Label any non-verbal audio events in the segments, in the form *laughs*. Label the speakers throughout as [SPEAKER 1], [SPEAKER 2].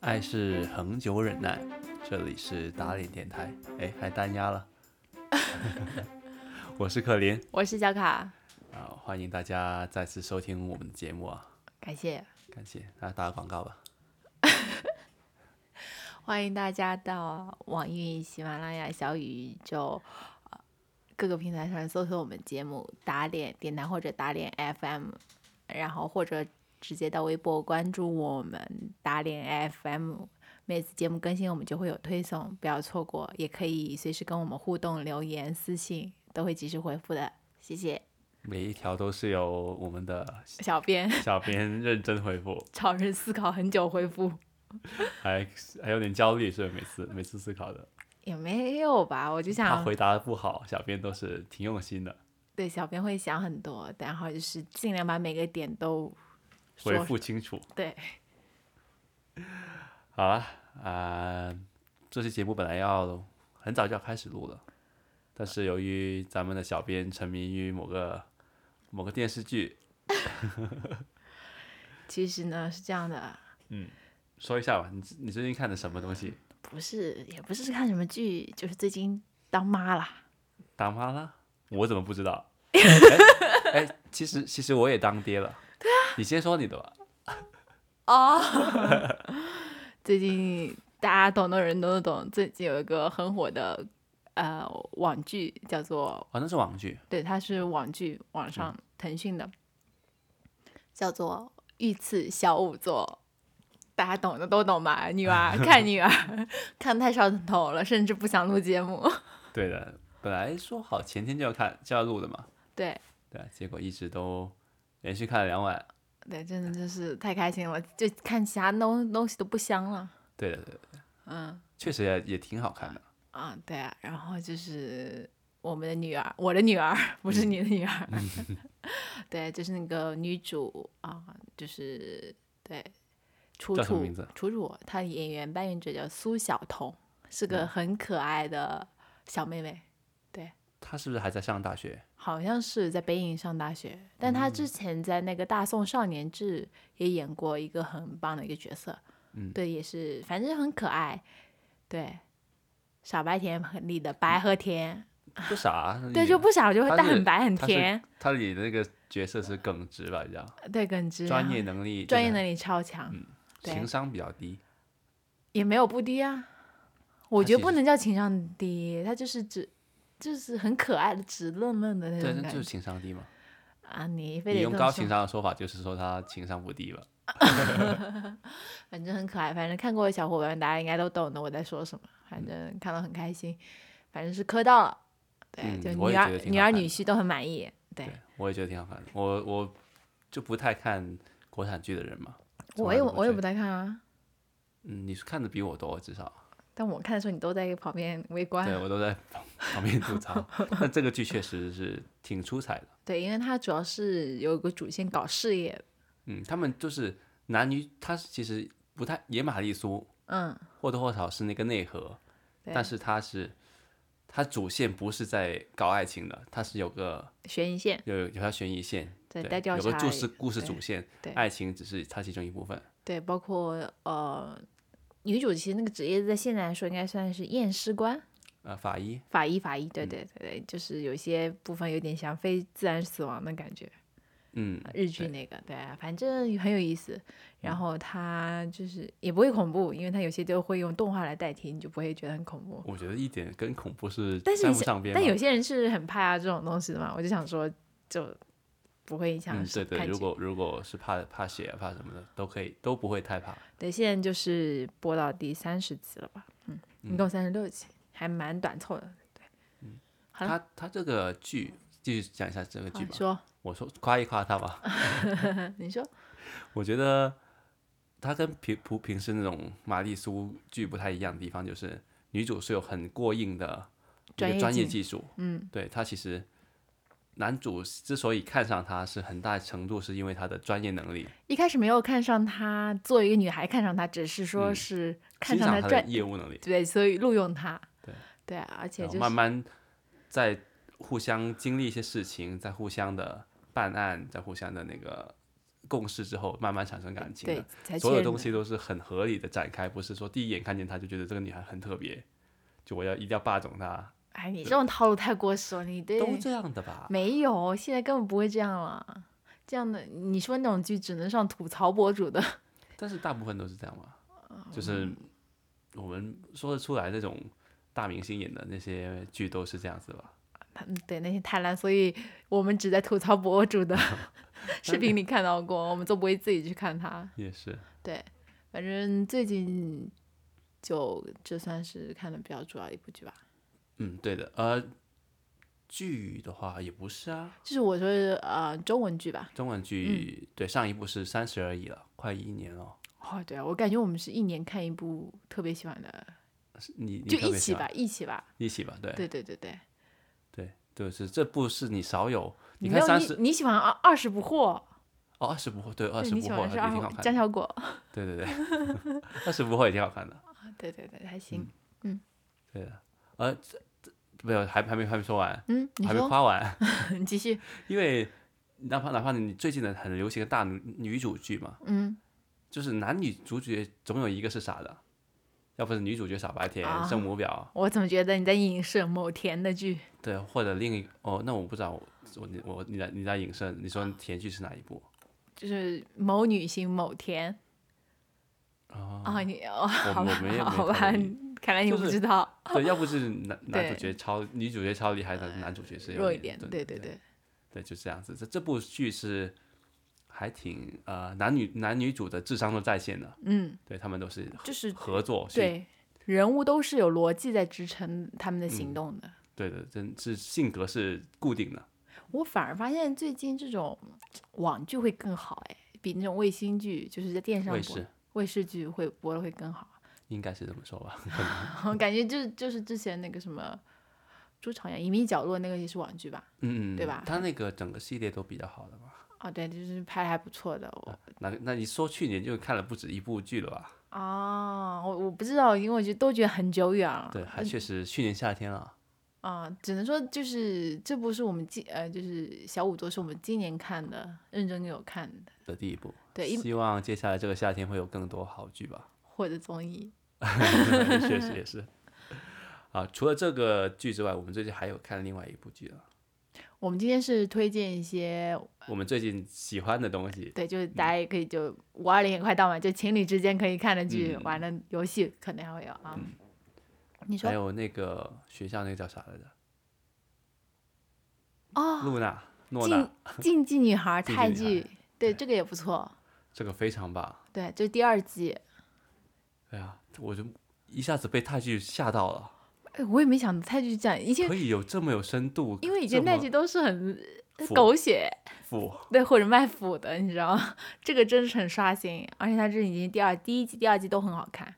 [SPEAKER 1] 爱是恒久忍耐，这里是打脸电台，哎，还单压了， *laughs* 我是可林
[SPEAKER 2] 我是小卡，
[SPEAKER 1] 啊，欢迎大家再次收听我们的节目啊，
[SPEAKER 2] 感谢
[SPEAKER 1] 感谢，那打个广告吧，
[SPEAKER 2] 欢迎大家到网易云、喜马拉雅、小宇宙、呃各个平台上搜索我们节目“打脸电台”或者“打脸 FM”，然后或者直接到微博关注我们“打脸 FM”。每次节目更新，我们就会有推送，不要错过。也可以随时跟我们互动、留言、私信，都会及时回复的。谢谢
[SPEAKER 1] 每一条都是由我们的
[SPEAKER 2] 小编，
[SPEAKER 1] 小编认真回复， *laughs*
[SPEAKER 2] 超人思考很久回复。
[SPEAKER 1] 还还有点焦虑，是吧每次每次思考的，
[SPEAKER 2] 也没有吧，我就
[SPEAKER 1] 他
[SPEAKER 2] 想
[SPEAKER 1] 回答的不好，小编都是挺用心的，
[SPEAKER 2] 对，小编会想很多，然后就是尽量把每个点都说
[SPEAKER 1] 回复清楚。
[SPEAKER 2] 对，
[SPEAKER 1] 好啊，啊、这期节目本来要很早就要开始录了，但是由于咱们的小编沉迷于某个某个电视剧，
[SPEAKER 2] 其实呢是这样的，
[SPEAKER 1] 说一下吧，你你最近看的什么东西？
[SPEAKER 2] 不是也不是看什么剧，就是最近当妈啦，
[SPEAKER 1] 当妈了？我怎么不知道？ *laughs* 哎，哎其实其实我也当爹了。对啊。你先说你的吧。
[SPEAKER 2] *laughs* 最近大家懂的人都懂，最近有一个很火的呃网剧叫做，
[SPEAKER 1] 哦，那是网剧。
[SPEAKER 2] 对，它是网剧，网上腾讯的，叫做《御赐小仵作》。大家懂的都懂吧？女儿看女儿，看太上头了，甚至不想录节目。 *laughs*
[SPEAKER 1] 对的，本来说好前天就要看就要录的嘛，
[SPEAKER 2] 对，
[SPEAKER 1] 对啊，结果一直都连续看了两晚。
[SPEAKER 2] 对，真的就是太开心了，就看其他东东西都不香了。
[SPEAKER 1] 对的，对的，
[SPEAKER 2] 嗯
[SPEAKER 1] 确实也也挺好看的。
[SPEAKER 2] 啊，对啊，然后就是我们的女儿，我的女儿不
[SPEAKER 1] 嗯
[SPEAKER 2] 是你的女
[SPEAKER 1] *laughs*
[SPEAKER 2] 儿， *laughs* 对，就是那个女主啊，就是对，楚
[SPEAKER 1] 叫什么
[SPEAKER 2] 楚
[SPEAKER 1] 名字啊
[SPEAKER 2] 楚楚，她的演员扮演者叫苏晓彤，是
[SPEAKER 1] 嗯
[SPEAKER 2] 个很可爱的小妹妹。
[SPEAKER 1] 他是不是还在上大学？
[SPEAKER 2] 好像是在北影上大学，但她
[SPEAKER 1] 嗯
[SPEAKER 2] 之前在那个《大宋少年志》也演过一个很棒的一个角色，
[SPEAKER 1] 嗯
[SPEAKER 2] 对，也是反正很可爱，对，傻白甜很里的
[SPEAKER 1] 嗯
[SPEAKER 2] 白和甜，
[SPEAKER 1] *laughs* 不傻，啊
[SPEAKER 2] 对，
[SPEAKER 1] 你
[SPEAKER 2] 就不傻，就会
[SPEAKER 1] 她
[SPEAKER 2] 但
[SPEAKER 1] 是
[SPEAKER 2] 很白很
[SPEAKER 1] 她是
[SPEAKER 2] 甜，
[SPEAKER 1] 他里的那个角色是耿直吧，叫
[SPEAKER 2] 对，耿直，
[SPEAKER 1] 专
[SPEAKER 2] 然后
[SPEAKER 1] 业能力，
[SPEAKER 2] 专业能力超强，
[SPEAKER 1] 力，
[SPEAKER 2] 对
[SPEAKER 1] 情商比较低。
[SPEAKER 2] 也没有不低啊，我
[SPEAKER 1] 她
[SPEAKER 2] 觉得
[SPEAKER 1] 其
[SPEAKER 2] 不
[SPEAKER 1] 实
[SPEAKER 2] 能叫情商低，她就是直，就是很可爱的直愣愣的那
[SPEAKER 1] 对，
[SPEAKER 2] 种
[SPEAKER 1] 那
[SPEAKER 2] 感
[SPEAKER 1] 就是
[SPEAKER 2] 觉
[SPEAKER 1] 情商低嘛。
[SPEAKER 2] 啊，你非
[SPEAKER 1] 你
[SPEAKER 2] 得
[SPEAKER 1] 用
[SPEAKER 2] 这
[SPEAKER 1] 高
[SPEAKER 2] 么
[SPEAKER 1] 情
[SPEAKER 2] 说
[SPEAKER 1] 商的说法，就是说他情商不低吧？
[SPEAKER 2] 反正很可爱，反正看过的小伙伴大家应该都懂得我在说什么，反
[SPEAKER 1] 嗯
[SPEAKER 2] 正看到很开心，反正是磕到了，对，
[SPEAKER 1] 嗯
[SPEAKER 2] 就
[SPEAKER 1] 我
[SPEAKER 2] 女
[SPEAKER 1] 也
[SPEAKER 2] 儿
[SPEAKER 1] 觉得挺
[SPEAKER 2] 女
[SPEAKER 1] 好
[SPEAKER 2] 儿
[SPEAKER 1] 看
[SPEAKER 2] 女婿都很满意，对
[SPEAKER 1] 对，我也觉得挺好看的。我我就不太看国产剧的人嘛，从
[SPEAKER 2] 我
[SPEAKER 1] 来
[SPEAKER 2] 也
[SPEAKER 1] 都
[SPEAKER 2] 我也
[SPEAKER 1] 追
[SPEAKER 2] 不太看啊，
[SPEAKER 1] 嗯，你是看的比我多，至少。
[SPEAKER 2] 但我看的时候你都在旁边围观，啊
[SPEAKER 1] 对我哦都在 *laughs* 旁旁边吐
[SPEAKER 2] *laughs*
[SPEAKER 1] 槽。但这个剧确实是挺出彩的，
[SPEAKER 2] 对，因为他主要是有一个主线搞事业，
[SPEAKER 1] 嗯，他们就是男女，他其实不太野马丽苏，
[SPEAKER 2] 嗯，
[SPEAKER 1] 或多或少是那个内核，
[SPEAKER 2] 对
[SPEAKER 1] 但是他是他主线不是在搞爱情的，他是有个
[SPEAKER 2] 悬疑线，
[SPEAKER 1] 有有条悬疑线，
[SPEAKER 2] 对，
[SPEAKER 1] 对
[SPEAKER 2] 带调
[SPEAKER 1] 有个
[SPEAKER 2] 查
[SPEAKER 1] 故
[SPEAKER 2] 也，
[SPEAKER 1] 事故事
[SPEAKER 2] 对
[SPEAKER 1] 主线
[SPEAKER 2] 对，
[SPEAKER 1] 爱情只是它其中一部分。
[SPEAKER 2] 对，包括呃，女主其实那个职业在现在来说应该算是验尸官，
[SPEAKER 1] 呃，法医
[SPEAKER 2] 法医，法医，对
[SPEAKER 1] 嗯
[SPEAKER 2] 对对对，就是有些部分有点像非自然死亡的感觉，呃
[SPEAKER 1] 嗯，
[SPEAKER 2] 啊日剧那个，对啊，反正很有意思。然后它就是也不会恐怖，因为它有些就会用动画来代替，你就不会觉得很恐怖。
[SPEAKER 1] 我觉得一点跟恐怖是
[SPEAKER 2] 但是
[SPEAKER 1] 沾
[SPEAKER 2] 你
[SPEAKER 1] 不
[SPEAKER 2] 是
[SPEAKER 1] 上边嘛。
[SPEAKER 2] 但有些人是很怕这种东西的嘛，我就想说就不会影响
[SPEAKER 1] 嗯，
[SPEAKER 2] 是
[SPEAKER 1] 对对，
[SPEAKER 2] 看
[SPEAKER 1] 如
[SPEAKER 2] 剧。
[SPEAKER 1] 果如果是怕怕血啊怕什么的，都可以都不会太怕。
[SPEAKER 2] 对，现在就是播到第三十集了吧？嗯，一共三十六集，还蛮短凑的。好了
[SPEAKER 1] 他他这个剧，继续讲一下这个
[SPEAKER 2] 好
[SPEAKER 1] 嗯剧
[SPEAKER 2] 你
[SPEAKER 1] 吧。
[SPEAKER 2] 说，嗯
[SPEAKER 1] 我说夸一夸他吧，
[SPEAKER 2] 你说，
[SPEAKER 1] 我觉得他跟平普平时那种玛丽苏剧不太一样的地方，就是女主是有很过硬的一
[SPEAKER 2] 专
[SPEAKER 1] 个
[SPEAKER 2] 业
[SPEAKER 1] 专业技
[SPEAKER 2] 技
[SPEAKER 1] 术。
[SPEAKER 2] 嗯，
[SPEAKER 1] 对他其实男主之所以看上他，是很大程度是因为他的专业能力，
[SPEAKER 2] 一开始没有看上她，作为一个女孩看上她，只是说
[SPEAKER 1] 嗯
[SPEAKER 2] 是看
[SPEAKER 1] 欣
[SPEAKER 2] 上
[SPEAKER 1] 赏的
[SPEAKER 2] 她专
[SPEAKER 1] 业务能力，
[SPEAKER 2] 对，所以录用她。
[SPEAKER 1] 对
[SPEAKER 2] 对啊，而且
[SPEAKER 1] 然
[SPEAKER 2] 就
[SPEAKER 1] 后
[SPEAKER 2] 是
[SPEAKER 1] 慢慢在互相经历一些事情，再互相的办案，再互相的那个共事之后，慢慢产生感情的
[SPEAKER 2] 对，才
[SPEAKER 1] 所有
[SPEAKER 2] 确认
[SPEAKER 1] 东西都是很合理的展开，不是说第一眼看见她就觉得这个女孩很特别，就我要一定要霸总她，
[SPEAKER 2] 哎，你这种套路太过时了，你对
[SPEAKER 1] 都这样的吧？
[SPEAKER 2] 没有，现在根本不会这样了。这样的，你说那种剧只能上吐槽博主的，
[SPEAKER 1] 但是大部分都是这样嘛，
[SPEAKER 2] 嗯
[SPEAKER 1] 就是我们说得出来那种大明星演的那些剧都是这样子吧？
[SPEAKER 2] 嗯对那些太烂，所以我们只在吐槽博主 *laughs* 的视频里看到过，我们都不会自己去看他。
[SPEAKER 1] 也是，
[SPEAKER 2] 对，反正最近就这算是看的比较主要的一部剧吧。
[SPEAKER 1] 嗯，对的，呃，剧的话也不是啊，
[SPEAKER 2] 就是我说是呃中文剧吧。
[SPEAKER 1] 中文剧、
[SPEAKER 2] 嗯
[SPEAKER 1] 对上一部是《三十而已》了，快一年了。
[SPEAKER 2] 哦，对啊，我感觉我们是一年看一部特别喜欢的，
[SPEAKER 1] 是你你
[SPEAKER 2] 就
[SPEAKER 1] 特
[SPEAKER 2] 一
[SPEAKER 1] 别喜
[SPEAKER 2] 起
[SPEAKER 1] 欢
[SPEAKER 2] 吧，一起吧。
[SPEAKER 1] 一起吧，对
[SPEAKER 2] 对对对对，
[SPEAKER 1] 对就是这部是你少有，你
[SPEAKER 2] 没
[SPEAKER 1] 看
[SPEAKER 2] 有
[SPEAKER 1] 三
[SPEAKER 2] 你
[SPEAKER 1] 十
[SPEAKER 2] 你喜欢二二十不惑，
[SPEAKER 1] 哦二十不惑，对二
[SPEAKER 2] 对
[SPEAKER 1] 十
[SPEAKER 2] 你
[SPEAKER 1] 不
[SPEAKER 2] 喜
[SPEAKER 1] 惑
[SPEAKER 2] 欢
[SPEAKER 1] 也
[SPEAKER 2] 的是二
[SPEAKER 1] 挺好
[SPEAKER 2] 十
[SPEAKER 1] 看
[SPEAKER 2] 江
[SPEAKER 1] 的，
[SPEAKER 2] 小果，
[SPEAKER 1] 对对对，二十不惑也挺好看的，
[SPEAKER 2] 对对对，还行。
[SPEAKER 1] 对的，呃这这没有还还没还没说完，
[SPEAKER 2] 嗯，你
[SPEAKER 1] 还没
[SPEAKER 2] 说，
[SPEAKER 1] 夸完， *laughs*
[SPEAKER 2] 你继续。
[SPEAKER 1] 因为哪怕哪怕你最近的很流行的大女女主剧嘛，
[SPEAKER 2] 嗯，
[SPEAKER 1] 就是男女主角总有一个是傻的，要不是女主角傻白甜、
[SPEAKER 2] 啊
[SPEAKER 1] 圣母婊，
[SPEAKER 2] *laughs* 我怎么觉得你在影射某甜的剧？
[SPEAKER 1] 对，或者另一个哦，那我不知道我我你我你在你在影射，你说
[SPEAKER 2] 啊
[SPEAKER 1] 甜剧是哪一部？
[SPEAKER 2] 就是某女星某甜
[SPEAKER 1] 哦，
[SPEAKER 2] 啊，你哦，
[SPEAKER 1] 我
[SPEAKER 2] 好吧
[SPEAKER 1] 我没有没
[SPEAKER 2] 好
[SPEAKER 1] 有
[SPEAKER 2] 吧
[SPEAKER 1] 同意，
[SPEAKER 2] 看来你
[SPEAKER 1] 就
[SPEAKER 2] 不
[SPEAKER 1] 是
[SPEAKER 2] 知道， *laughs*
[SPEAKER 1] 对，要不就是男男主
[SPEAKER 2] 对
[SPEAKER 1] 角超女主角超厉害的，男主角是有
[SPEAKER 2] 弱一点，
[SPEAKER 1] 对
[SPEAKER 2] 对
[SPEAKER 1] 对
[SPEAKER 2] 对对，
[SPEAKER 1] 对，就这样子。这这部剧是还挺呃男女男女主的智商都在线的，
[SPEAKER 2] 嗯，
[SPEAKER 1] 对他们都是
[SPEAKER 2] 就是
[SPEAKER 1] 合作，是
[SPEAKER 2] 对人物都是有逻辑在支撑他们的行
[SPEAKER 1] 嗯
[SPEAKER 2] 动的。
[SPEAKER 1] 对的，真是性格是固定的。
[SPEAKER 2] 我反而发现最近这种网剧会更好，哎，比那种卫星剧，就是在电视上
[SPEAKER 1] 卫
[SPEAKER 2] 播
[SPEAKER 1] 视
[SPEAKER 2] 卫视剧会播的会更好。 *laughs*
[SPEAKER 1] 应该是这么说吧？ *laughs*
[SPEAKER 2] 我感觉就是就是之前那个什么朱朝阳《隐秘角落》那个也是网剧吧？
[SPEAKER 1] 嗯，
[SPEAKER 2] 对吧
[SPEAKER 1] 他那个整个系列都比较好的嘛。
[SPEAKER 2] 啊，对，就是拍的还不错的。我
[SPEAKER 1] 那那你说去年就看了不止一部剧了吧？
[SPEAKER 2] 啊，我我不知道，因为我觉得都觉得很久远了。
[SPEAKER 1] 对，还确实去年夏天啊。
[SPEAKER 2] 啊，只能说就是这部是我们今呃，就是小五座是我们今年看的，认真有看的，
[SPEAKER 1] 的第一部，
[SPEAKER 2] 对一
[SPEAKER 1] 希望接下来这个夏天会有更多好剧吧。
[SPEAKER 2] 或者综艺。
[SPEAKER 1] *laughs* 确实也是。啊，除了这个剧之外，我们最近还有看另外一部剧啊，
[SPEAKER 2] 我们今天是推荐一些，
[SPEAKER 1] 我们最近喜欢的东西。
[SPEAKER 2] 对，就是大家也可以就五二零也快到嘛，就情侣之间可以看的剧，
[SPEAKER 1] 嗯
[SPEAKER 2] 玩的游戏可能还会有啊。你说
[SPEAKER 1] 还有那个学校那个叫啥来着？
[SPEAKER 2] 哦，
[SPEAKER 1] 露娜，诺娜
[SPEAKER 2] 竞，竞技
[SPEAKER 1] *laughs*
[SPEAKER 2] 女孩
[SPEAKER 1] 竞技
[SPEAKER 2] 泰
[SPEAKER 1] 女孩
[SPEAKER 2] 剧，对，这个也不错，
[SPEAKER 1] 这个非常棒。
[SPEAKER 2] 对，这是第二季。
[SPEAKER 1] 对啊，我就一下子被泰剧吓到了。
[SPEAKER 2] 哎，我也没想到泰剧这样，以前
[SPEAKER 1] 可以有这么有深度，
[SPEAKER 2] 因为以前
[SPEAKER 1] 这么
[SPEAKER 2] 泰剧都是很
[SPEAKER 1] 腐
[SPEAKER 2] 狗血，
[SPEAKER 1] 腐
[SPEAKER 2] 对，或者卖腐的，你知道吗？ *laughs* 这个真是很刷新，而且它这已经第二、第一季、第二季都很好看。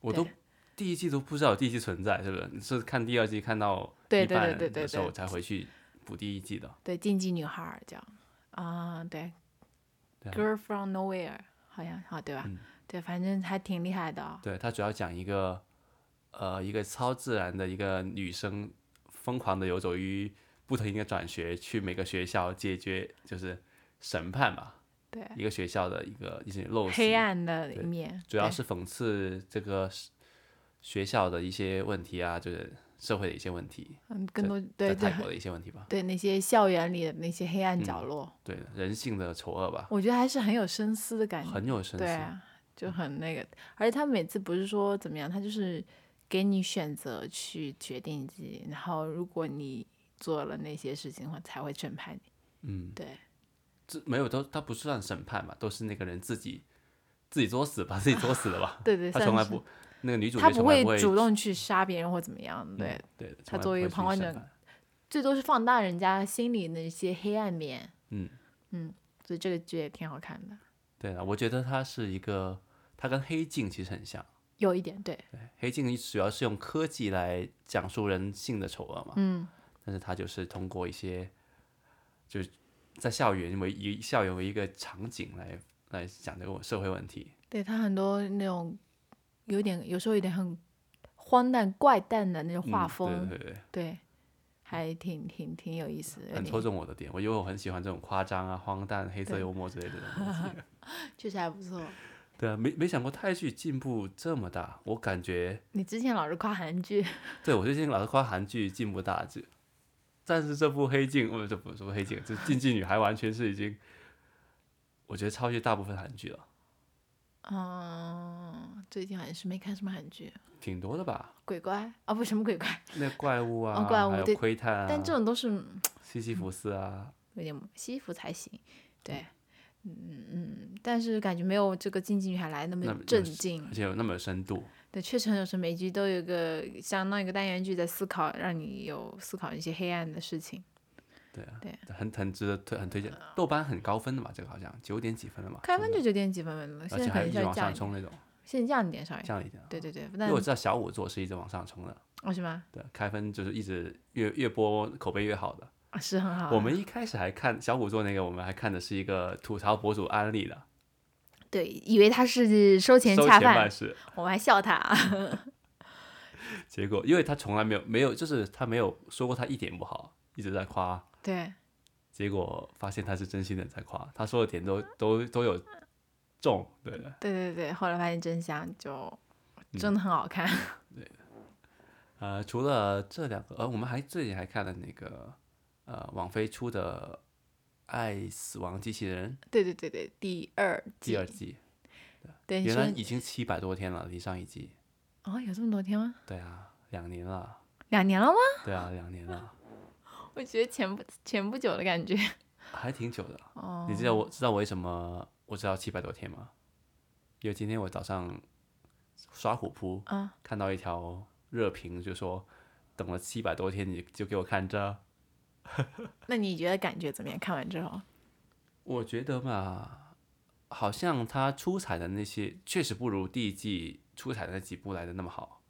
[SPEAKER 1] 我
[SPEAKER 2] 对
[SPEAKER 1] 都第一季都不知道有第一季存在，是不是？你是看第二季看到
[SPEAKER 2] 对
[SPEAKER 1] 一
[SPEAKER 2] 对对
[SPEAKER 1] 半
[SPEAKER 2] 对对
[SPEAKER 1] 的时候
[SPEAKER 2] 对
[SPEAKER 1] 才回去补第一季的。
[SPEAKER 2] 对，《禁忌女孩》这样啊，对，
[SPEAKER 1] 对啊
[SPEAKER 2] Girl from Nowhere》好像好对吧？
[SPEAKER 1] 嗯
[SPEAKER 2] 对，反正还挺厉害的哦、
[SPEAKER 1] 对，它主要讲一个呃一个超自然的一个女生疯狂的游走于不停的转学，去每个学校解决就是审判吧，
[SPEAKER 2] 对，
[SPEAKER 1] 一个学校的一个一些陋习，
[SPEAKER 2] 黑暗的一
[SPEAKER 1] 对
[SPEAKER 2] 面，
[SPEAKER 1] 主要
[SPEAKER 2] 对
[SPEAKER 1] 是讽刺这个是学校的一些问题啊，就是社会的一些问题，
[SPEAKER 2] 嗯，更多对
[SPEAKER 1] 在
[SPEAKER 2] 对
[SPEAKER 1] 泰国的一些问题吧，
[SPEAKER 2] 对那些校园里的那些黑暗
[SPEAKER 1] 嗯
[SPEAKER 2] 角落，
[SPEAKER 1] 对人性的丑恶吧，
[SPEAKER 2] 我觉得还是很有深思的感觉。
[SPEAKER 1] 很有深
[SPEAKER 2] 对
[SPEAKER 1] 思。
[SPEAKER 2] 啊，就
[SPEAKER 1] 嗯
[SPEAKER 2] 很那个，而且他每次不是说怎么样，他就是给你选择去决定自己，然后如果你做了那些事情的话，才会惩判你。
[SPEAKER 1] 嗯，
[SPEAKER 2] 对，。
[SPEAKER 1] 这没有都，他不算审判嘛，都是那个人自己自己作死，把自己作死了吧
[SPEAKER 2] 对对，
[SPEAKER 1] 他
[SPEAKER 2] 算
[SPEAKER 1] 从来
[SPEAKER 2] 是
[SPEAKER 1] 不，那个女主
[SPEAKER 2] 他
[SPEAKER 1] 角从来
[SPEAKER 2] 会
[SPEAKER 1] 不
[SPEAKER 2] 主动去杀别人或怎么样，
[SPEAKER 1] 嗯
[SPEAKER 2] 对，
[SPEAKER 1] 对，从
[SPEAKER 2] 他
[SPEAKER 1] 来
[SPEAKER 2] 作为
[SPEAKER 1] 不
[SPEAKER 2] 一个
[SPEAKER 1] 会去
[SPEAKER 2] 旁观
[SPEAKER 1] 审
[SPEAKER 2] 者
[SPEAKER 1] 判，
[SPEAKER 2] 最多是放大人家心里那些黑暗面。
[SPEAKER 1] 嗯
[SPEAKER 2] 嗯，所以这个剧也挺好看的，
[SPEAKER 1] 对啊了，我觉得它是一个，它跟黑镜其实很像。
[SPEAKER 2] 有一点对，
[SPEAKER 1] 黑镜主要是用科技来讲述人性的丑恶嘛，
[SPEAKER 2] 嗯，
[SPEAKER 1] 但是它就是通过一些，就是在校园为以校园为一个场景来来讲这个社会问题。
[SPEAKER 2] 对他很多那种有点有时候有点很荒诞怪诞的那种画
[SPEAKER 1] 嗯
[SPEAKER 2] 风，
[SPEAKER 1] 对对对，
[SPEAKER 2] 对，还挺挺挺有意思的，有
[SPEAKER 1] 很
[SPEAKER 2] 点
[SPEAKER 1] 戳中我的点。我因为我很喜欢这种夸张啊、荒诞、黑色幽默之类的东西。 *laughs*
[SPEAKER 2] 确实还不错。
[SPEAKER 1] 对啊，没没想过泰剧进步这么大。我感觉，
[SPEAKER 2] 你之前老是夸韩剧，
[SPEAKER 1] 对我最近老是夸韩剧进步大，这但是这部《黑镜》不是这不是不是《黑镜》，这《禁忌女孩》完全是已经，我觉得超越大部分韩剧了，
[SPEAKER 2] 嗯，最近好像是没看什么韩剧，
[SPEAKER 1] 挺多的吧？
[SPEAKER 2] 鬼怪啊，不什么鬼怪，
[SPEAKER 1] 那怪物啊，
[SPEAKER 2] 哦怪物
[SPEAKER 1] 还有
[SPEAKER 2] 对
[SPEAKER 1] 窥探啊，
[SPEAKER 2] 但这种都是
[SPEAKER 1] 西西弗斯啊，
[SPEAKER 2] 有点西服才行，对，嗯嗯，但是感觉没有这个《竞技女孩》来
[SPEAKER 1] 那
[SPEAKER 2] 那么
[SPEAKER 1] 么有
[SPEAKER 2] 镇
[SPEAKER 1] 深
[SPEAKER 2] 静
[SPEAKER 1] 而，且有那么有深度。
[SPEAKER 2] 对，确实很有时每集都有一个相当于一个单元剧在思考，让你有思考一些黑暗的事情。
[SPEAKER 1] 对啊，
[SPEAKER 2] 对
[SPEAKER 1] 很很值得推，很推荐。豆瓣很高分的嘛，这个好像九点几分了嘛，
[SPEAKER 2] 开分
[SPEAKER 1] 真的
[SPEAKER 2] 就九点几分了，现
[SPEAKER 1] 而且
[SPEAKER 2] 在
[SPEAKER 1] 还
[SPEAKER 2] 肯
[SPEAKER 1] 一
[SPEAKER 2] 定
[SPEAKER 1] 直
[SPEAKER 2] 是要
[SPEAKER 1] 往
[SPEAKER 2] 降
[SPEAKER 1] 上
[SPEAKER 2] 一点，
[SPEAKER 1] 冲那种，
[SPEAKER 2] 现在降一点上一点。
[SPEAKER 1] 降一点啊。
[SPEAKER 2] 对对对，
[SPEAKER 1] 因
[SPEAKER 2] 但
[SPEAKER 1] 为我知道小五座是一直往上冲的，
[SPEAKER 2] 哦是吗？
[SPEAKER 1] 对，开分就是一直越越播口碑越好的。
[SPEAKER 2] 啊是很好啊。
[SPEAKER 1] 我们一开始还看小五座那个，我们还看的是一个吐槽博主安利的，
[SPEAKER 2] 对以为他是收钱
[SPEAKER 1] 收
[SPEAKER 2] 恰
[SPEAKER 1] 钱
[SPEAKER 2] 饭
[SPEAKER 1] 办，事。
[SPEAKER 2] 我们还笑他啊。
[SPEAKER 1] 结果因为他从来没有没有，就是他没有说过他一点不好，一直在夸。
[SPEAKER 2] 对，
[SPEAKER 1] 结果发现他是真心的在夸，他说的点都都都有中，对的。
[SPEAKER 2] 对对对，后来发现真相就
[SPEAKER 1] 嗯
[SPEAKER 2] 真的很好看。 *laughs*
[SPEAKER 1] 呃，除了这两个，呃，我们还最近还看了那个呃网飞出的《爱死亡机器人》
[SPEAKER 2] 对对对对，第二季，
[SPEAKER 1] 第二季，
[SPEAKER 2] 对你
[SPEAKER 1] 原
[SPEAKER 2] 说
[SPEAKER 1] 来已经七百多天了，离上一季。
[SPEAKER 2] 哦有这么多天吗？
[SPEAKER 1] 对啊，两年了。
[SPEAKER 2] 两年了吗？
[SPEAKER 1] 对啊，两年了，
[SPEAKER 2] 我觉得前不前不久的感觉。
[SPEAKER 1] 还挺久的。
[SPEAKER 2] 哦，
[SPEAKER 1] *laughs* 你知道我知道为什么我知道七百多天吗？因为今天我早上刷虎扑
[SPEAKER 2] 啊
[SPEAKER 1] 看到一条热评，就说等了七百多天，你就给我看这。
[SPEAKER 2] 那你觉得感觉怎么样？看完之后？
[SPEAKER 1] 我觉得嘛，好像他出彩的那些确实不如第一季出彩的那几部来的那么好，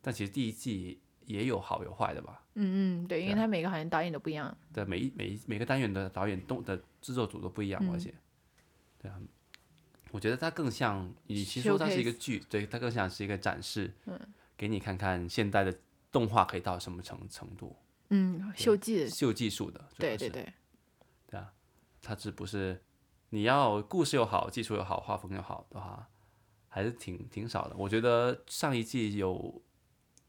[SPEAKER 1] 但其实第一季也有好有坏的吧。
[SPEAKER 2] 嗯嗯，对，因为
[SPEAKER 1] 对啊
[SPEAKER 2] 他每个好像导演都不一样。
[SPEAKER 1] 对，每一每一每个单元的导演动的制作组都不一样，
[SPEAKER 2] 嗯
[SPEAKER 1] 而且，对啊，我觉得它更像，与其说它是一个剧，对，它更像是一个展示，嗯，给你看看现代的动画可以到什么程程度，
[SPEAKER 2] 嗯，秀技，
[SPEAKER 1] 秀技术的，主要
[SPEAKER 2] 对对
[SPEAKER 1] 是
[SPEAKER 2] 对，
[SPEAKER 1] 它是不是你要故事又好，技术又好，画风又好的话，还是挺挺少的。我觉得上一季有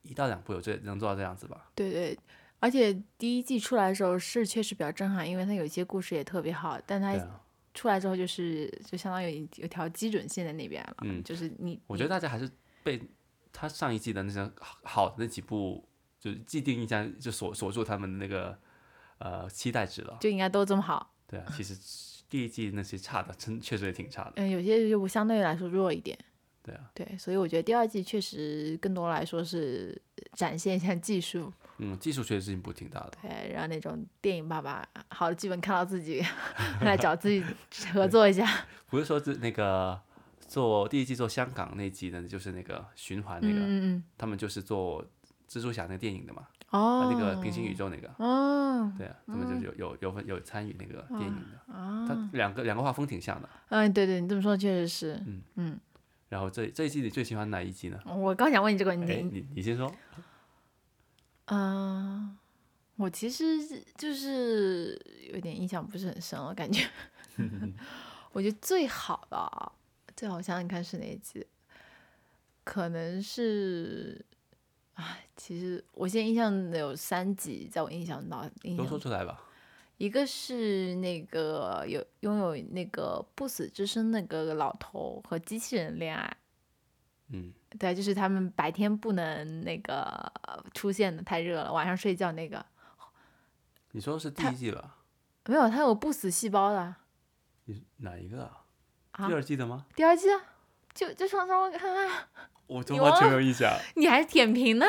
[SPEAKER 1] 一到两部有这能做到这样子吧。
[SPEAKER 2] 对对。而且第一季出来的时候是确实比较震撼，因为它有一些故事也特别好，但它
[SPEAKER 1] 对啊，
[SPEAKER 2] 出来之后就是就相当于有有条基准线在那边了，
[SPEAKER 1] 嗯
[SPEAKER 2] 就是你
[SPEAKER 1] 我觉得大家还是被他上一季的那些好好的那几部就是既定印象就锁锁住他们的那个呃期待值了。
[SPEAKER 2] 就应该都这么好。
[SPEAKER 1] 对啊，其实第一季那些差的真确实也挺差的。
[SPEAKER 2] 嗯，有些就相对来说弱一点。
[SPEAKER 1] 对啊，
[SPEAKER 2] 对，所以我觉得第二季确实更多来说是展现一下技术，
[SPEAKER 1] 嗯，技术确实进步挺大的。
[SPEAKER 2] 对，让那种电影爸爸好的剧本看到自己来找
[SPEAKER 1] *laughs*
[SPEAKER 2] 自己合作一下。
[SPEAKER 1] 不是说这那个做第一季做香港那集呢，就是那个循环那个。
[SPEAKER 2] 嗯嗯
[SPEAKER 1] 他们就是做蜘蛛侠那个电影的嘛，
[SPEAKER 2] 嗯，哦
[SPEAKER 1] 啊，那个平行宇宙那个，
[SPEAKER 2] 哦，
[SPEAKER 1] 对啊，他们就是有有有份有参与那个电影的，
[SPEAKER 2] 啊
[SPEAKER 1] 它两个两个画风挺像的。
[SPEAKER 2] 嗯，对对，你这么说确实是。
[SPEAKER 1] 然后这这一季你最喜欢哪一集呢？
[SPEAKER 2] 我刚想问你这个问
[SPEAKER 1] 嗯哎，
[SPEAKER 2] 题，
[SPEAKER 1] 你你先说，
[SPEAKER 2] 嗯，我其实是就是有点印象不是很深了，感
[SPEAKER 1] *laughs*
[SPEAKER 2] 觉。我觉得最好的啊，最好想想看是哪一集，可能是，哎，其实我现在印象的有三集，在我印象脑印
[SPEAKER 1] 都
[SPEAKER 2] 象
[SPEAKER 1] 说出来吧。
[SPEAKER 2] 一个是那个有拥有那个不死之身那个老头和机器人恋爱，
[SPEAKER 1] 嗯，
[SPEAKER 2] 对，就是他们白天不能那个呃出现的，太热了，晚上睡觉那个
[SPEAKER 1] 你说的是第一季吧？
[SPEAKER 2] 没有，他有不死细胞的
[SPEAKER 1] 你哪一个啊？
[SPEAKER 2] 啊
[SPEAKER 1] 第。二季的吗？
[SPEAKER 2] 第二季啊，就就上周看啊，
[SPEAKER 1] 我都
[SPEAKER 2] 有啊
[SPEAKER 1] 完全没有印象，
[SPEAKER 2] *laughs* 你还舔屏呢？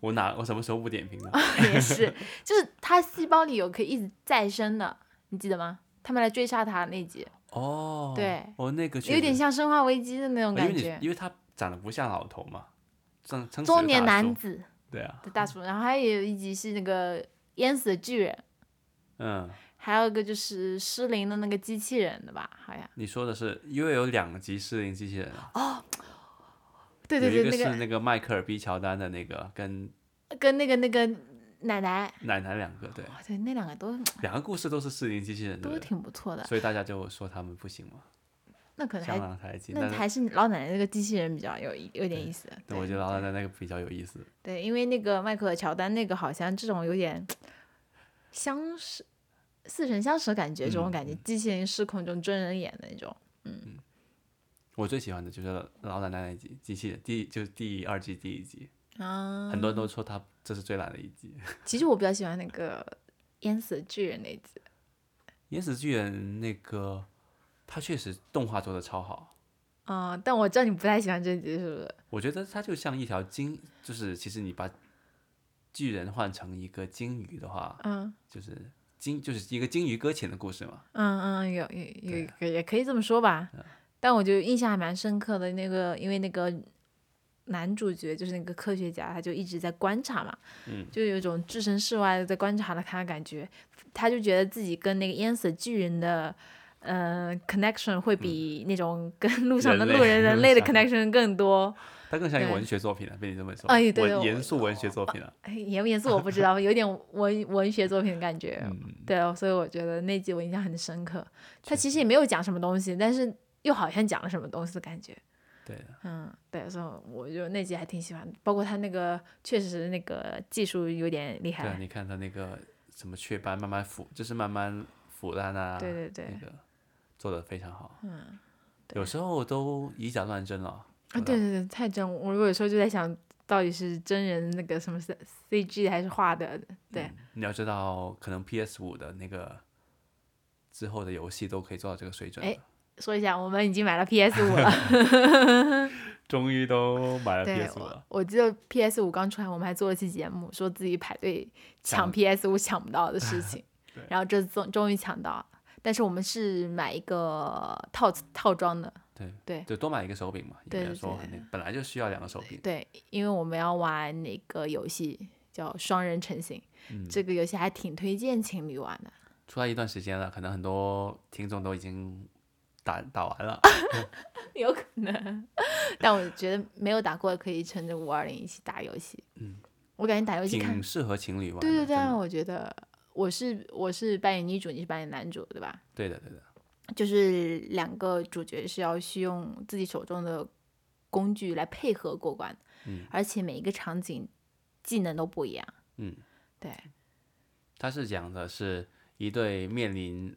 [SPEAKER 1] 我哪我什么时候不点评的？
[SPEAKER 2] *laughs* 也是，就是他细胞里有可以一直再生的，你记得吗？他们来追杀他那集，
[SPEAKER 1] 哦，
[SPEAKER 2] 对
[SPEAKER 1] 哦那个确实啊哦
[SPEAKER 2] 有点像《生化危机》的那种
[SPEAKER 1] 因为
[SPEAKER 2] 感
[SPEAKER 1] 你
[SPEAKER 2] 觉，
[SPEAKER 1] 因为他长得不像老头嘛，称称死就
[SPEAKER 2] 中年
[SPEAKER 1] 大叔，
[SPEAKER 2] 男子
[SPEAKER 1] 对啊，
[SPEAKER 2] 的大叔。然后还有一集是那个淹死的巨人，
[SPEAKER 1] 嗯，
[SPEAKER 2] 还有一个就是失灵的那个机器人的吧，好像。
[SPEAKER 1] 你说的是因为有两集适应机器人啊，
[SPEAKER 2] 对对
[SPEAKER 1] 有一
[SPEAKER 2] 哦对，
[SPEAKER 1] 个
[SPEAKER 2] 那
[SPEAKER 1] 是那个迈克尔 B 乔丹的那个跟
[SPEAKER 2] 跟那个那个奶奶，
[SPEAKER 1] 奶奶两个，对，
[SPEAKER 2] 哇塞，那两个都
[SPEAKER 1] 两个故事都是适龄机器人，对
[SPEAKER 2] 都
[SPEAKER 1] 不对
[SPEAKER 2] 挺不错的，
[SPEAKER 1] 所以大家就说他们不行嘛，
[SPEAKER 2] 那可能
[SPEAKER 1] 香
[SPEAKER 2] 还
[SPEAKER 1] 港台机，
[SPEAKER 2] 那
[SPEAKER 1] 但是
[SPEAKER 2] 还是老奶奶那个机器人比较有有点意思。
[SPEAKER 1] 对我觉得老奶奶那个比较有意思，
[SPEAKER 2] 对，因为那个迈克尔乔丹那个好像这种有点相识。似曾相识的感觉，这种
[SPEAKER 1] 嗯
[SPEAKER 2] 感觉，机器人失控，这种真人演的那种，
[SPEAKER 1] 我最喜欢的就是老奶奶那一集机器人，第一就是第二季第一集，
[SPEAKER 2] 啊，
[SPEAKER 1] 很多人都说他这是最烂的一集，
[SPEAKER 2] 其实我比较喜欢那个淹死的巨人那一集，
[SPEAKER 1] 岩死巨人那个他确实动画做的超好，
[SPEAKER 2] 啊、但我知道你不太喜欢这集，是不是？
[SPEAKER 1] 我觉得它就像一条金，就是其实你把巨人换成一个金鱼的话，
[SPEAKER 2] 嗯
[SPEAKER 1] 就是金就是一个金鱼搁浅的故事嘛。
[SPEAKER 2] 嗯嗯，有有有
[SPEAKER 1] 对嗯
[SPEAKER 2] 一个，也可以这么说吧。但我就印象还蛮深刻的，那个因为那个男主角就是那个科学家，他就一直在观察嘛，
[SPEAKER 1] 嗯
[SPEAKER 2] 就有一种置身事外的在观察的他的感觉，他就觉得自己跟那个淹死巨人的。呃，connection 会比那种跟路上的
[SPEAKER 1] 嗯人类 *laughs*
[SPEAKER 2] 路人、人类的
[SPEAKER 1] 上
[SPEAKER 2] connection 更多。
[SPEAKER 1] 它更像一个
[SPEAKER 2] 对
[SPEAKER 1] 文学作品了，被你这么说，
[SPEAKER 2] 哎对对
[SPEAKER 1] 文
[SPEAKER 2] 我
[SPEAKER 1] 严肃文学作品了。
[SPEAKER 2] 哎严不严肃我不知道，有点文文学作品的感觉。
[SPEAKER 1] 嗯
[SPEAKER 2] 对哦，所以我觉得那集我印象很深刻。他其实也没有讲什么东西，但是又好像讲了什么东西的感觉。
[SPEAKER 1] 对的，
[SPEAKER 2] 嗯，对，所以我就那集还挺喜欢的，包括他那个确实那个技术有点厉
[SPEAKER 1] 对啊，
[SPEAKER 2] 害。
[SPEAKER 1] 你看它那个什么雀斑慢慢腐，就是慢慢腐烂啊，
[SPEAKER 2] 对对对
[SPEAKER 1] 那个做的非常好。嗯，有时候都以假乱真了。
[SPEAKER 2] 啊，对对对，太真！我有时候就在想，到底是真人那个什么 C C G 还是画的？对，
[SPEAKER 1] 你要知道，可能 PS 五的那个之后的游戏都可以做到这个水准
[SPEAKER 2] 哎
[SPEAKER 1] 了。
[SPEAKER 2] 说一下，我们已经买了 PS
[SPEAKER 1] *laughs*
[SPEAKER 2] 五了。
[SPEAKER 1] 终于都买了
[SPEAKER 2] 对
[SPEAKER 1] PS 五
[SPEAKER 2] 我
[SPEAKER 1] 了，，
[SPEAKER 2] 我记得 PS 五刚出来，我们还做了期节目，说自己排队抢
[SPEAKER 1] 抢
[SPEAKER 2] PS 五抢不到的事情
[SPEAKER 1] *laughs* 对，
[SPEAKER 2] 然后这次终终于抢到了。但是我们是买一个套套装的，
[SPEAKER 1] 对
[SPEAKER 2] 对
[SPEAKER 1] 就多买一个手柄嘛。
[SPEAKER 2] 对
[SPEAKER 1] 应该
[SPEAKER 2] 对
[SPEAKER 1] 说
[SPEAKER 2] 对
[SPEAKER 1] 那本来就需要两个手柄。
[SPEAKER 2] 对，因为我们要玩那个游戏叫双人成行，
[SPEAKER 1] 嗯
[SPEAKER 2] 这个游戏还挺推荐情侣玩的。
[SPEAKER 1] 出来一段时间了，可能很多听众都已经打打完了。
[SPEAKER 2] 啊有可能， *laughs* 但我觉得没有打过的可以趁着五二零一起打游戏。嗯，我感觉打游戏看
[SPEAKER 1] 挺，适合情侣玩的。
[SPEAKER 2] 对对对
[SPEAKER 1] 真
[SPEAKER 2] 啊，
[SPEAKER 1] 的
[SPEAKER 2] 我觉得我是我是扮演女主，你是扮演男主，对吧？
[SPEAKER 1] 对的对的，
[SPEAKER 2] 就是两个主角是要去用自己手中的工具来配合过关，
[SPEAKER 1] 嗯
[SPEAKER 2] 而且每一个场景技能都不一样，
[SPEAKER 1] 嗯，
[SPEAKER 2] 对，
[SPEAKER 1] 他是讲的是一对面临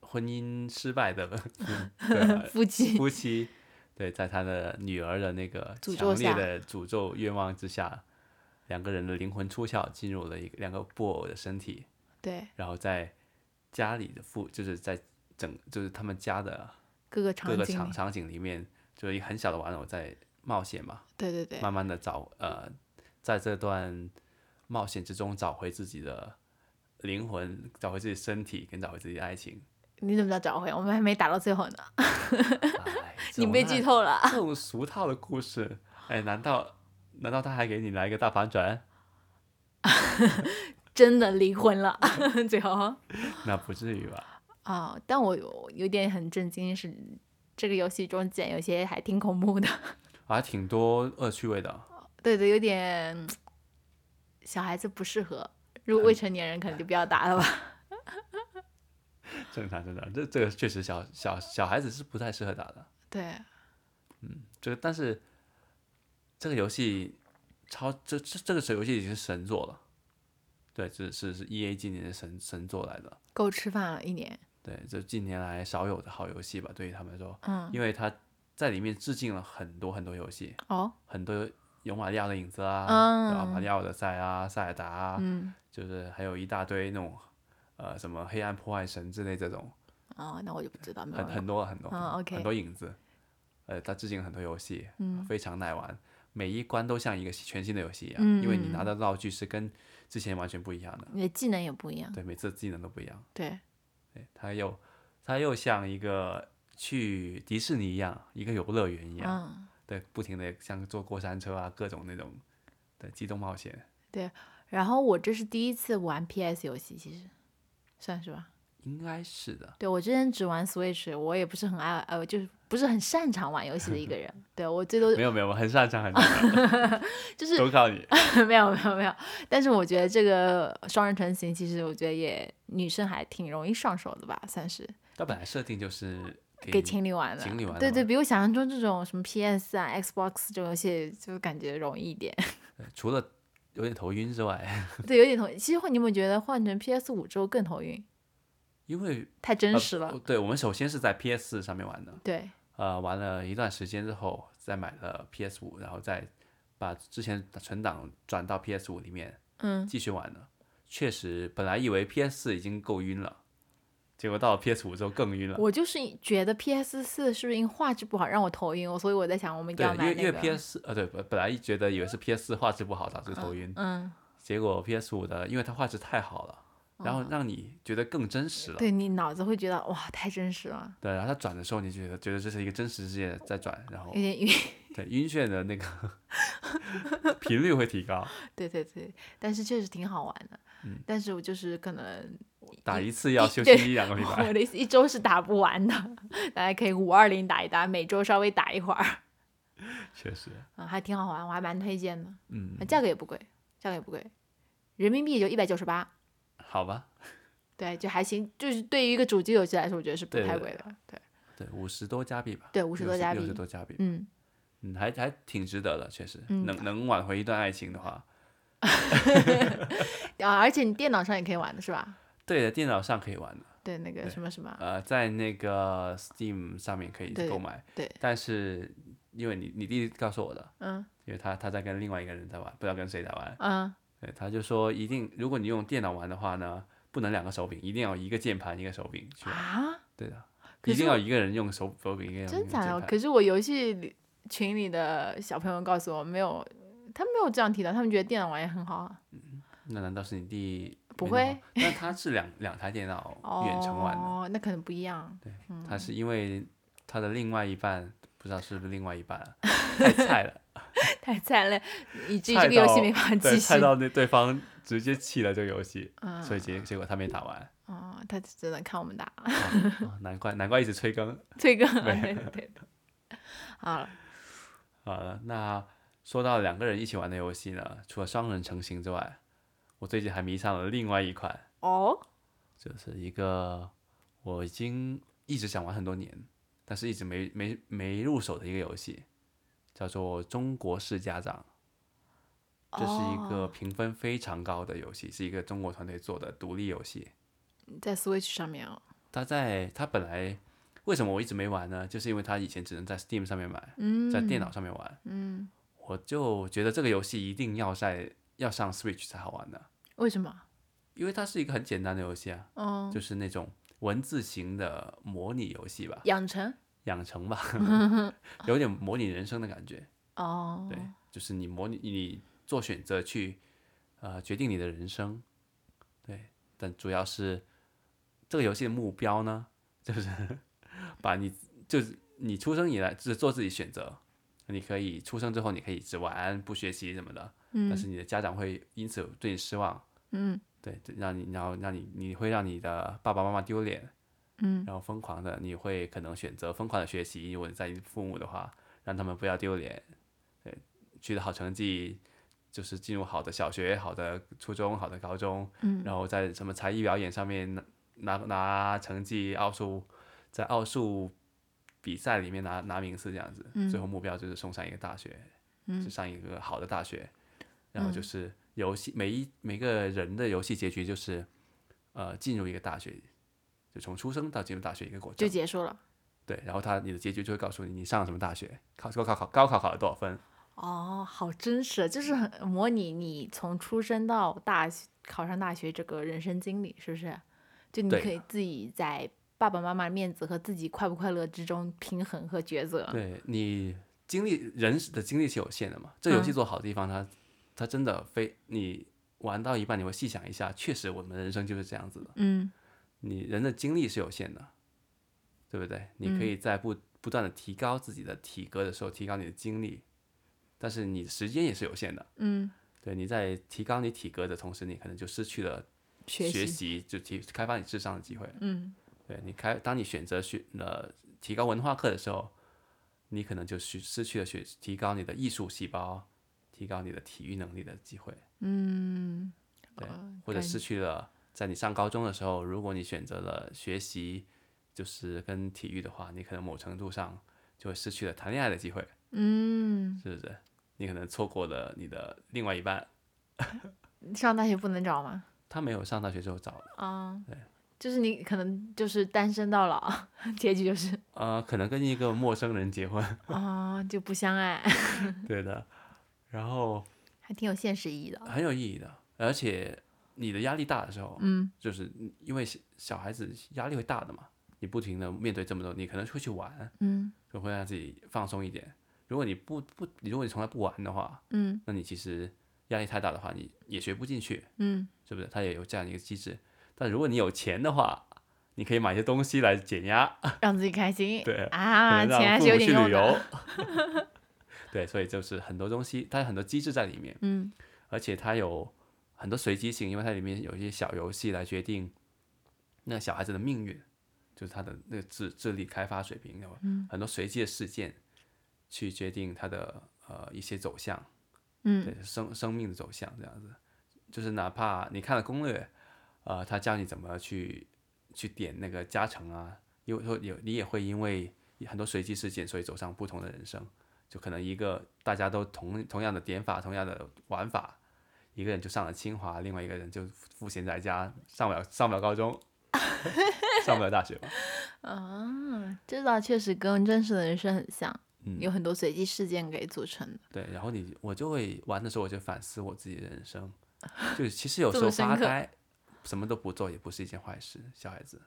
[SPEAKER 1] 婚姻失败
[SPEAKER 2] *laughs*
[SPEAKER 1] 的对
[SPEAKER 2] 夫妻，
[SPEAKER 1] 夫妻，对，在他的女儿的那个
[SPEAKER 2] 诅
[SPEAKER 1] 强
[SPEAKER 2] 咒
[SPEAKER 1] 烈
[SPEAKER 2] 下
[SPEAKER 1] 的诅咒愿望之下，两个人的灵魂出窍进入了一个两个布偶的身体，
[SPEAKER 2] 对，
[SPEAKER 1] 然后在家里的父就是在整就是他们家的
[SPEAKER 2] 各个
[SPEAKER 1] 各
[SPEAKER 2] 场
[SPEAKER 1] 个
[SPEAKER 2] 景
[SPEAKER 1] 场
[SPEAKER 2] 里，
[SPEAKER 1] 场景里面，就是一个很小的玩偶在冒险嘛。
[SPEAKER 2] 对对对，
[SPEAKER 1] 慢慢的找呃，在这段冒险之中找回自己的灵魂，找回自己身体，跟找回自己的爱情。
[SPEAKER 2] 你怎么知道找回？我们还没打到最后呢，
[SPEAKER 1] *laughs* 哎
[SPEAKER 2] 你被剧透了，
[SPEAKER 1] 这种烂这种俗套的故事，哎，难道难道他还给你来一个大反转？ *laughs*
[SPEAKER 2] 真的离婚
[SPEAKER 1] *laughs*
[SPEAKER 2] 了，最后
[SPEAKER 1] 那不至于吧？
[SPEAKER 2] 啊、但我有有点很震惊是。这个游戏中竟然有些还挺恐怖的， *laughs*
[SPEAKER 1] 还挺多恶趣味的，哦
[SPEAKER 2] 对对，有点小孩子不适合，
[SPEAKER 1] 嗯
[SPEAKER 2] 如果未成年人可能就不要打
[SPEAKER 1] *laughs*
[SPEAKER 2] 了吧。
[SPEAKER 1] 正常正常，这这个确实小小小孩子是不太适合打的。
[SPEAKER 2] 对，
[SPEAKER 1] 这个但是这个游戏超这这这个手游戏已经是神作了，对，这是是 E A 今年的神神作来的。
[SPEAKER 2] 够吃饭了一年。
[SPEAKER 1] 对，这近年来少有的好游戏吧，对于他们来说，
[SPEAKER 2] 嗯，
[SPEAKER 1] 因为它在里面致敬了很多很多游戏，
[SPEAKER 2] 哦，
[SPEAKER 1] 很多有马里奥的影子啊，
[SPEAKER 2] 嗯
[SPEAKER 1] 有马里奥的赛啊、塞尔达啊，
[SPEAKER 2] 嗯，
[SPEAKER 1] 就是还有一大堆那种呃什么黑暗破坏神之类这种，
[SPEAKER 2] 哦，那我就不知道，没有
[SPEAKER 1] 很
[SPEAKER 2] 玩过。
[SPEAKER 1] 很多很多、
[SPEAKER 2] 嗯，OK 嗯
[SPEAKER 1] 很多影子，呃，它致敬了很多游戏，啊非常耐玩，每一关都像一个全新的游戏一样，
[SPEAKER 2] 嗯
[SPEAKER 1] 因为你拿到的道具是跟之前完全不一样的，
[SPEAKER 2] 你的技能也不一样。
[SPEAKER 1] 对，每次技能都不一样。
[SPEAKER 2] 对，
[SPEAKER 1] 对，它又它又像一个去迪士尼一样，一个游乐园一样，
[SPEAKER 2] 嗯，
[SPEAKER 1] 对，不停的像坐过山车啊，各种那种对机动冒险，
[SPEAKER 2] 然后我这是第一次玩 PS 游戏，其实算是吧。
[SPEAKER 1] 应该是的。
[SPEAKER 2] 对我之前只玩 Switch，我也不是很爱，呃，就是不是很擅长玩游戏的一
[SPEAKER 1] *laughs*
[SPEAKER 2] 个人。对我最多
[SPEAKER 1] 没有没有，我很擅长，很擅长，
[SPEAKER 2] *laughs* 就是
[SPEAKER 1] 都靠你。
[SPEAKER 2] *laughs* 没有没有没有，但是我觉得这个双人成型，其实我觉得也女生还挺容易上手的吧，算是
[SPEAKER 1] 它本来设定就是
[SPEAKER 2] 给情侣玩的。
[SPEAKER 1] 情侣玩的
[SPEAKER 2] 对对，
[SPEAKER 1] 嘛
[SPEAKER 2] 比我想象中这种什么 PS 啊、Xbox 这种游戏，就感觉容易一点。 *laughs*
[SPEAKER 1] 对除了有点头晕之外，
[SPEAKER 2] 对，有点头。其实换你有没有觉得换成 PS 五之后更头晕？
[SPEAKER 1] 因为
[SPEAKER 2] 太 *laughs* 真实了。
[SPEAKER 1] 呃对我们首先是在 PS 4上面玩的，
[SPEAKER 2] 对，
[SPEAKER 1] 呃，玩了一段时间之后，再买了 PS 5然后再把之前的存档转到 PS 5里面
[SPEAKER 2] 嗯，
[SPEAKER 1] 继续玩的。确实，本来以为 PS 4已经够晕了，结果到了 PS 5之后更晕了。
[SPEAKER 2] 我就是觉得 PS 四是不是因为画质不好让我头晕，我所以我在想我们一
[SPEAKER 1] 对
[SPEAKER 2] 定要，
[SPEAKER 1] 因
[SPEAKER 2] 买
[SPEAKER 1] 为
[SPEAKER 2] 那
[SPEAKER 1] 因为
[SPEAKER 2] 个。
[SPEAKER 1] PS 4呃对，本本来觉得以为是 PS 4画质不好导致头晕，
[SPEAKER 2] 嗯，
[SPEAKER 1] 结果 PS 5的因为它画质太好了，然后让你觉得更真实了。
[SPEAKER 2] 对你脑子会觉得哇太真实了，
[SPEAKER 1] 对，然后它转的时候，你就觉得觉得这是一个真实世界在转，然后
[SPEAKER 2] 有点晕。
[SPEAKER 1] 对晕眩的那个
[SPEAKER 2] *laughs*
[SPEAKER 1] 频率会提高。
[SPEAKER 2] 对对对，但是确实挺好玩的。嗯、但是我就是可能
[SPEAKER 1] 打一次要休息
[SPEAKER 2] 对
[SPEAKER 1] 一两个礼拜。
[SPEAKER 2] 我的意思一周是打不完的， *laughs* 大家可以五二零打一打，每周稍微打一会儿，
[SPEAKER 1] 确实，
[SPEAKER 2] 嗯，还挺好玩，我还蛮推荐的，
[SPEAKER 1] 嗯，
[SPEAKER 2] 价格也不贵，价格也不贵，人民币也就一百九十八，
[SPEAKER 1] 好吧，
[SPEAKER 2] 对，就还行，就是对于一个主机游戏来说，我觉得是不
[SPEAKER 1] 对
[SPEAKER 2] 太
[SPEAKER 1] 对
[SPEAKER 2] 贵的，对
[SPEAKER 1] 对，五十多加币吧，
[SPEAKER 2] 对，五十多加
[SPEAKER 1] 六十
[SPEAKER 2] 币，
[SPEAKER 1] 多加币，
[SPEAKER 2] 嗯，
[SPEAKER 1] 嗯，还还挺值得的，确实，
[SPEAKER 2] 嗯
[SPEAKER 1] 能能挽回一段爱情的话，
[SPEAKER 2] 啊，而且你电脑上也可以玩的是吧？
[SPEAKER 1] 对的，电脑上可以玩的，
[SPEAKER 2] 对，那个
[SPEAKER 1] 对
[SPEAKER 2] 什么什么，
[SPEAKER 1] 呃，在那个 Steam 上面可以
[SPEAKER 2] 啊对
[SPEAKER 1] 购买，
[SPEAKER 2] 对
[SPEAKER 1] 但是因为你你弟告诉我的，
[SPEAKER 2] 嗯
[SPEAKER 1] 因为他他在跟另外一个人在玩，不知道跟谁在玩，
[SPEAKER 2] 嗯，
[SPEAKER 1] 对，他就说一定，如果你用电脑玩的话呢，不能两个手柄，一定要一个键盘一个手柄去玩，
[SPEAKER 2] 啊，
[SPEAKER 1] 对的，
[SPEAKER 2] 可
[SPEAKER 1] 一
[SPEAKER 2] 是
[SPEAKER 1] 定
[SPEAKER 2] 我
[SPEAKER 1] 要一个人用手手柄，一个人用
[SPEAKER 2] 真假
[SPEAKER 1] 键
[SPEAKER 2] 的？
[SPEAKER 1] 盘
[SPEAKER 2] 可是我游戏里群里的小朋友告诉我，没有，他们没有这样提到，他们觉得电脑玩也很好啊。
[SPEAKER 1] 那难道是你弟
[SPEAKER 2] 不
[SPEAKER 1] 没弄好？那他是两两台电脑远程玩的，
[SPEAKER 2] 哦，那可能不一样。 *laughs*
[SPEAKER 1] 他是因为他的另外一半不知道是不是另外一半啊太菜
[SPEAKER 2] *laughs*
[SPEAKER 1] 了，
[SPEAKER 2] 太惨了，以至于
[SPEAKER 1] 菜
[SPEAKER 2] 这个游戏
[SPEAKER 1] 到
[SPEAKER 2] 没法
[SPEAKER 1] 对，
[SPEAKER 2] 继续
[SPEAKER 1] 菜。到那对方直接弃了这个游戏，
[SPEAKER 2] 嗯，
[SPEAKER 1] 所以结结果他没打完，
[SPEAKER 2] 哦，他只能看我们打
[SPEAKER 1] 啊啊难怪难怪一直催更。
[SPEAKER 2] 这个，对对对。好了，
[SPEAKER 1] 好了，啊那说到两个人一起玩的游戏呢，除了双人成行之外，我最近还迷上了另外一款，
[SPEAKER 2] 哦，
[SPEAKER 1] 就是一个我已经一直想玩很多年，但是一直没没没入手的一个游戏，叫做《中国式家长》。这是一个
[SPEAKER 2] 哦
[SPEAKER 1] 评分非常高的游戏，是一个中国团队做的独立游戏。
[SPEAKER 2] 在 Switch 上面哦。
[SPEAKER 1] 它在它本来为什么我一直没玩呢？就是因为它以前只能在 Steam 上面买，
[SPEAKER 2] 嗯，
[SPEAKER 1] 在电脑上面玩。
[SPEAKER 2] 嗯，
[SPEAKER 1] 我就觉得这个游戏一定要在要上 Switch 才好玩的，
[SPEAKER 2] 为什么？
[SPEAKER 1] 因为它是一个很简单的游戏啊，
[SPEAKER 2] 嗯，
[SPEAKER 1] 就是那种文字型的模拟游戏吧。
[SPEAKER 2] 养成
[SPEAKER 1] 养成吧，有点模拟人生的感觉。
[SPEAKER 2] 哦，
[SPEAKER 1] 对，就是你模拟你做选择去，呃，决定你的人生。对，但主要是这个游戏的目标呢，就是 *laughs* 把你就是你出生以来只做自己选择，你可以出生之后你可以只玩不学习什么的，但是你的家长会因此对你失望。
[SPEAKER 2] 嗯
[SPEAKER 1] 对，让你然后让你你会让你的爸爸妈妈丢脸，
[SPEAKER 2] 嗯，
[SPEAKER 1] 然后疯狂的你会可能选择疯狂的学习，如果你在你父母的话，让他们不要丢脸，对，取得好成绩，就是进入好的小学、好的初中、好的高中，
[SPEAKER 2] 嗯
[SPEAKER 1] 然后在什么才艺表演上面拿拿拿成绩，奥数在奥数比赛里面拿拿名次这样子，最后目标就是送上一个大学，
[SPEAKER 2] 嗯
[SPEAKER 1] 就上一个好的大学，然后就是游戏每一每个人的游戏结局就是，呃，进入一个大学，就从出生到进入大学一个过
[SPEAKER 2] 就
[SPEAKER 1] 程，
[SPEAKER 2] 结束了。
[SPEAKER 1] 对，然后他你的结局就会告诉你你上了什么大学，考高考考高考考了多少分，
[SPEAKER 2] 哦，好真实，就是很模拟你从出生到大学考上大学这个人生经历，是不是？就你
[SPEAKER 1] 对
[SPEAKER 2] 可以自己在爸爸妈妈面子和自己快不快乐之中平衡和抉择。
[SPEAKER 1] 对你精力人的精力是有限的嘛，这游戏
[SPEAKER 2] 嗯
[SPEAKER 1] 做好的地方它，它、真的非你玩到一半你会细想一下，确实我们的人生就是这样子的，
[SPEAKER 2] 嗯
[SPEAKER 1] 你人的精力是有限的，对不对？你可以
[SPEAKER 2] 嗯
[SPEAKER 1] 在不不断的提高自己的体格的时候，提高你的精力，但是你的时间也是有限的。
[SPEAKER 2] 嗯，
[SPEAKER 1] 对，你在提高你体格的同时，你可能就失去了
[SPEAKER 2] 学习。
[SPEAKER 1] 习就提开发你智商的机会了。
[SPEAKER 2] 嗯
[SPEAKER 1] 对你开，当你选择选呃提高文化课的时候，你可能就失失去了学提高你的艺术细胞、提高你的体育能力的机会，
[SPEAKER 2] 嗯，
[SPEAKER 1] 对
[SPEAKER 2] 哦，
[SPEAKER 1] 或者
[SPEAKER 2] 感
[SPEAKER 1] 失去了在你上高中的时候，如果你选择了学习就是跟体育的话，你可能某程度上就会失去了谈恋爱的机会，
[SPEAKER 2] 嗯，
[SPEAKER 1] 是不是？你可能错过了你的另外一半，
[SPEAKER 2] 上大学不能找吗？
[SPEAKER 1] 他没有上大学之后找，
[SPEAKER 2] 啊，
[SPEAKER 1] 对，
[SPEAKER 2] 就是你可能就是单身到老，结局就是
[SPEAKER 1] *laughs* 呃，可能跟一个陌生人结婚， *laughs*
[SPEAKER 2] 啊，就不相爱，
[SPEAKER 1] 对的，然后
[SPEAKER 2] 还挺有现实意义的。
[SPEAKER 1] 很有意义的，而且你的压力大的时候，
[SPEAKER 2] 嗯
[SPEAKER 1] 就是因为小小孩子压力会大的嘛，你不停的面对这么多，你可能会去玩，
[SPEAKER 2] 嗯
[SPEAKER 1] 就会让自己放松一点。如果你不不，如果你从来不玩的话，
[SPEAKER 2] 嗯
[SPEAKER 1] 那你其实压力太大的话，你也学不进去，
[SPEAKER 2] 嗯，
[SPEAKER 1] 是不是？它也有这样一个机制。但如果你有钱的话，你可以买一些东西来减压，
[SPEAKER 2] 让自己开心。
[SPEAKER 1] 对
[SPEAKER 2] 啊，
[SPEAKER 1] 可能
[SPEAKER 2] 钱还
[SPEAKER 1] 让
[SPEAKER 2] 是
[SPEAKER 1] 父
[SPEAKER 2] 有
[SPEAKER 1] 母
[SPEAKER 2] 点
[SPEAKER 1] 去
[SPEAKER 2] 用
[SPEAKER 1] 旅
[SPEAKER 2] 的。
[SPEAKER 1] 游。
[SPEAKER 2] *laughs*
[SPEAKER 1] 对，所以就是很多东西，它有很多机制在里面。
[SPEAKER 2] 嗯
[SPEAKER 1] 而且它有很多随机性，因为它里面有一些小游戏来决定那小孩子的命运，就是他的那个智智力开发水平，有
[SPEAKER 2] 嗯
[SPEAKER 1] 很多随机的事件去决定他的呃一些走向，
[SPEAKER 2] 嗯
[SPEAKER 1] 对生生命的走向这样子。就是哪怕你看了攻略，呃，他教你怎么去去点那个加成啊，因为说有你也会因为很多随机事件，所以走上不同的人生。就可能一个大家都同同样的点法、同样的玩法，一个人就上了清华，另外一个人就赋闲在家，上不了上不了高中， *laughs* 上不了大学嘛。
[SPEAKER 2] 啊，这倒确实跟真实的人生很像，
[SPEAKER 1] 嗯，
[SPEAKER 2] 有很多随机事件给组成的。
[SPEAKER 1] 对。然后你我就会玩的时候，我就反思我自己的人
[SPEAKER 2] *laughs*
[SPEAKER 1] 生，就其实有
[SPEAKER 2] 这
[SPEAKER 1] 时候
[SPEAKER 2] 么深
[SPEAKER 1] 发
[SPEAKER 2] 刻
[SPEAKER 1] 呆，什么都不做也不是一件坏事。小孩子，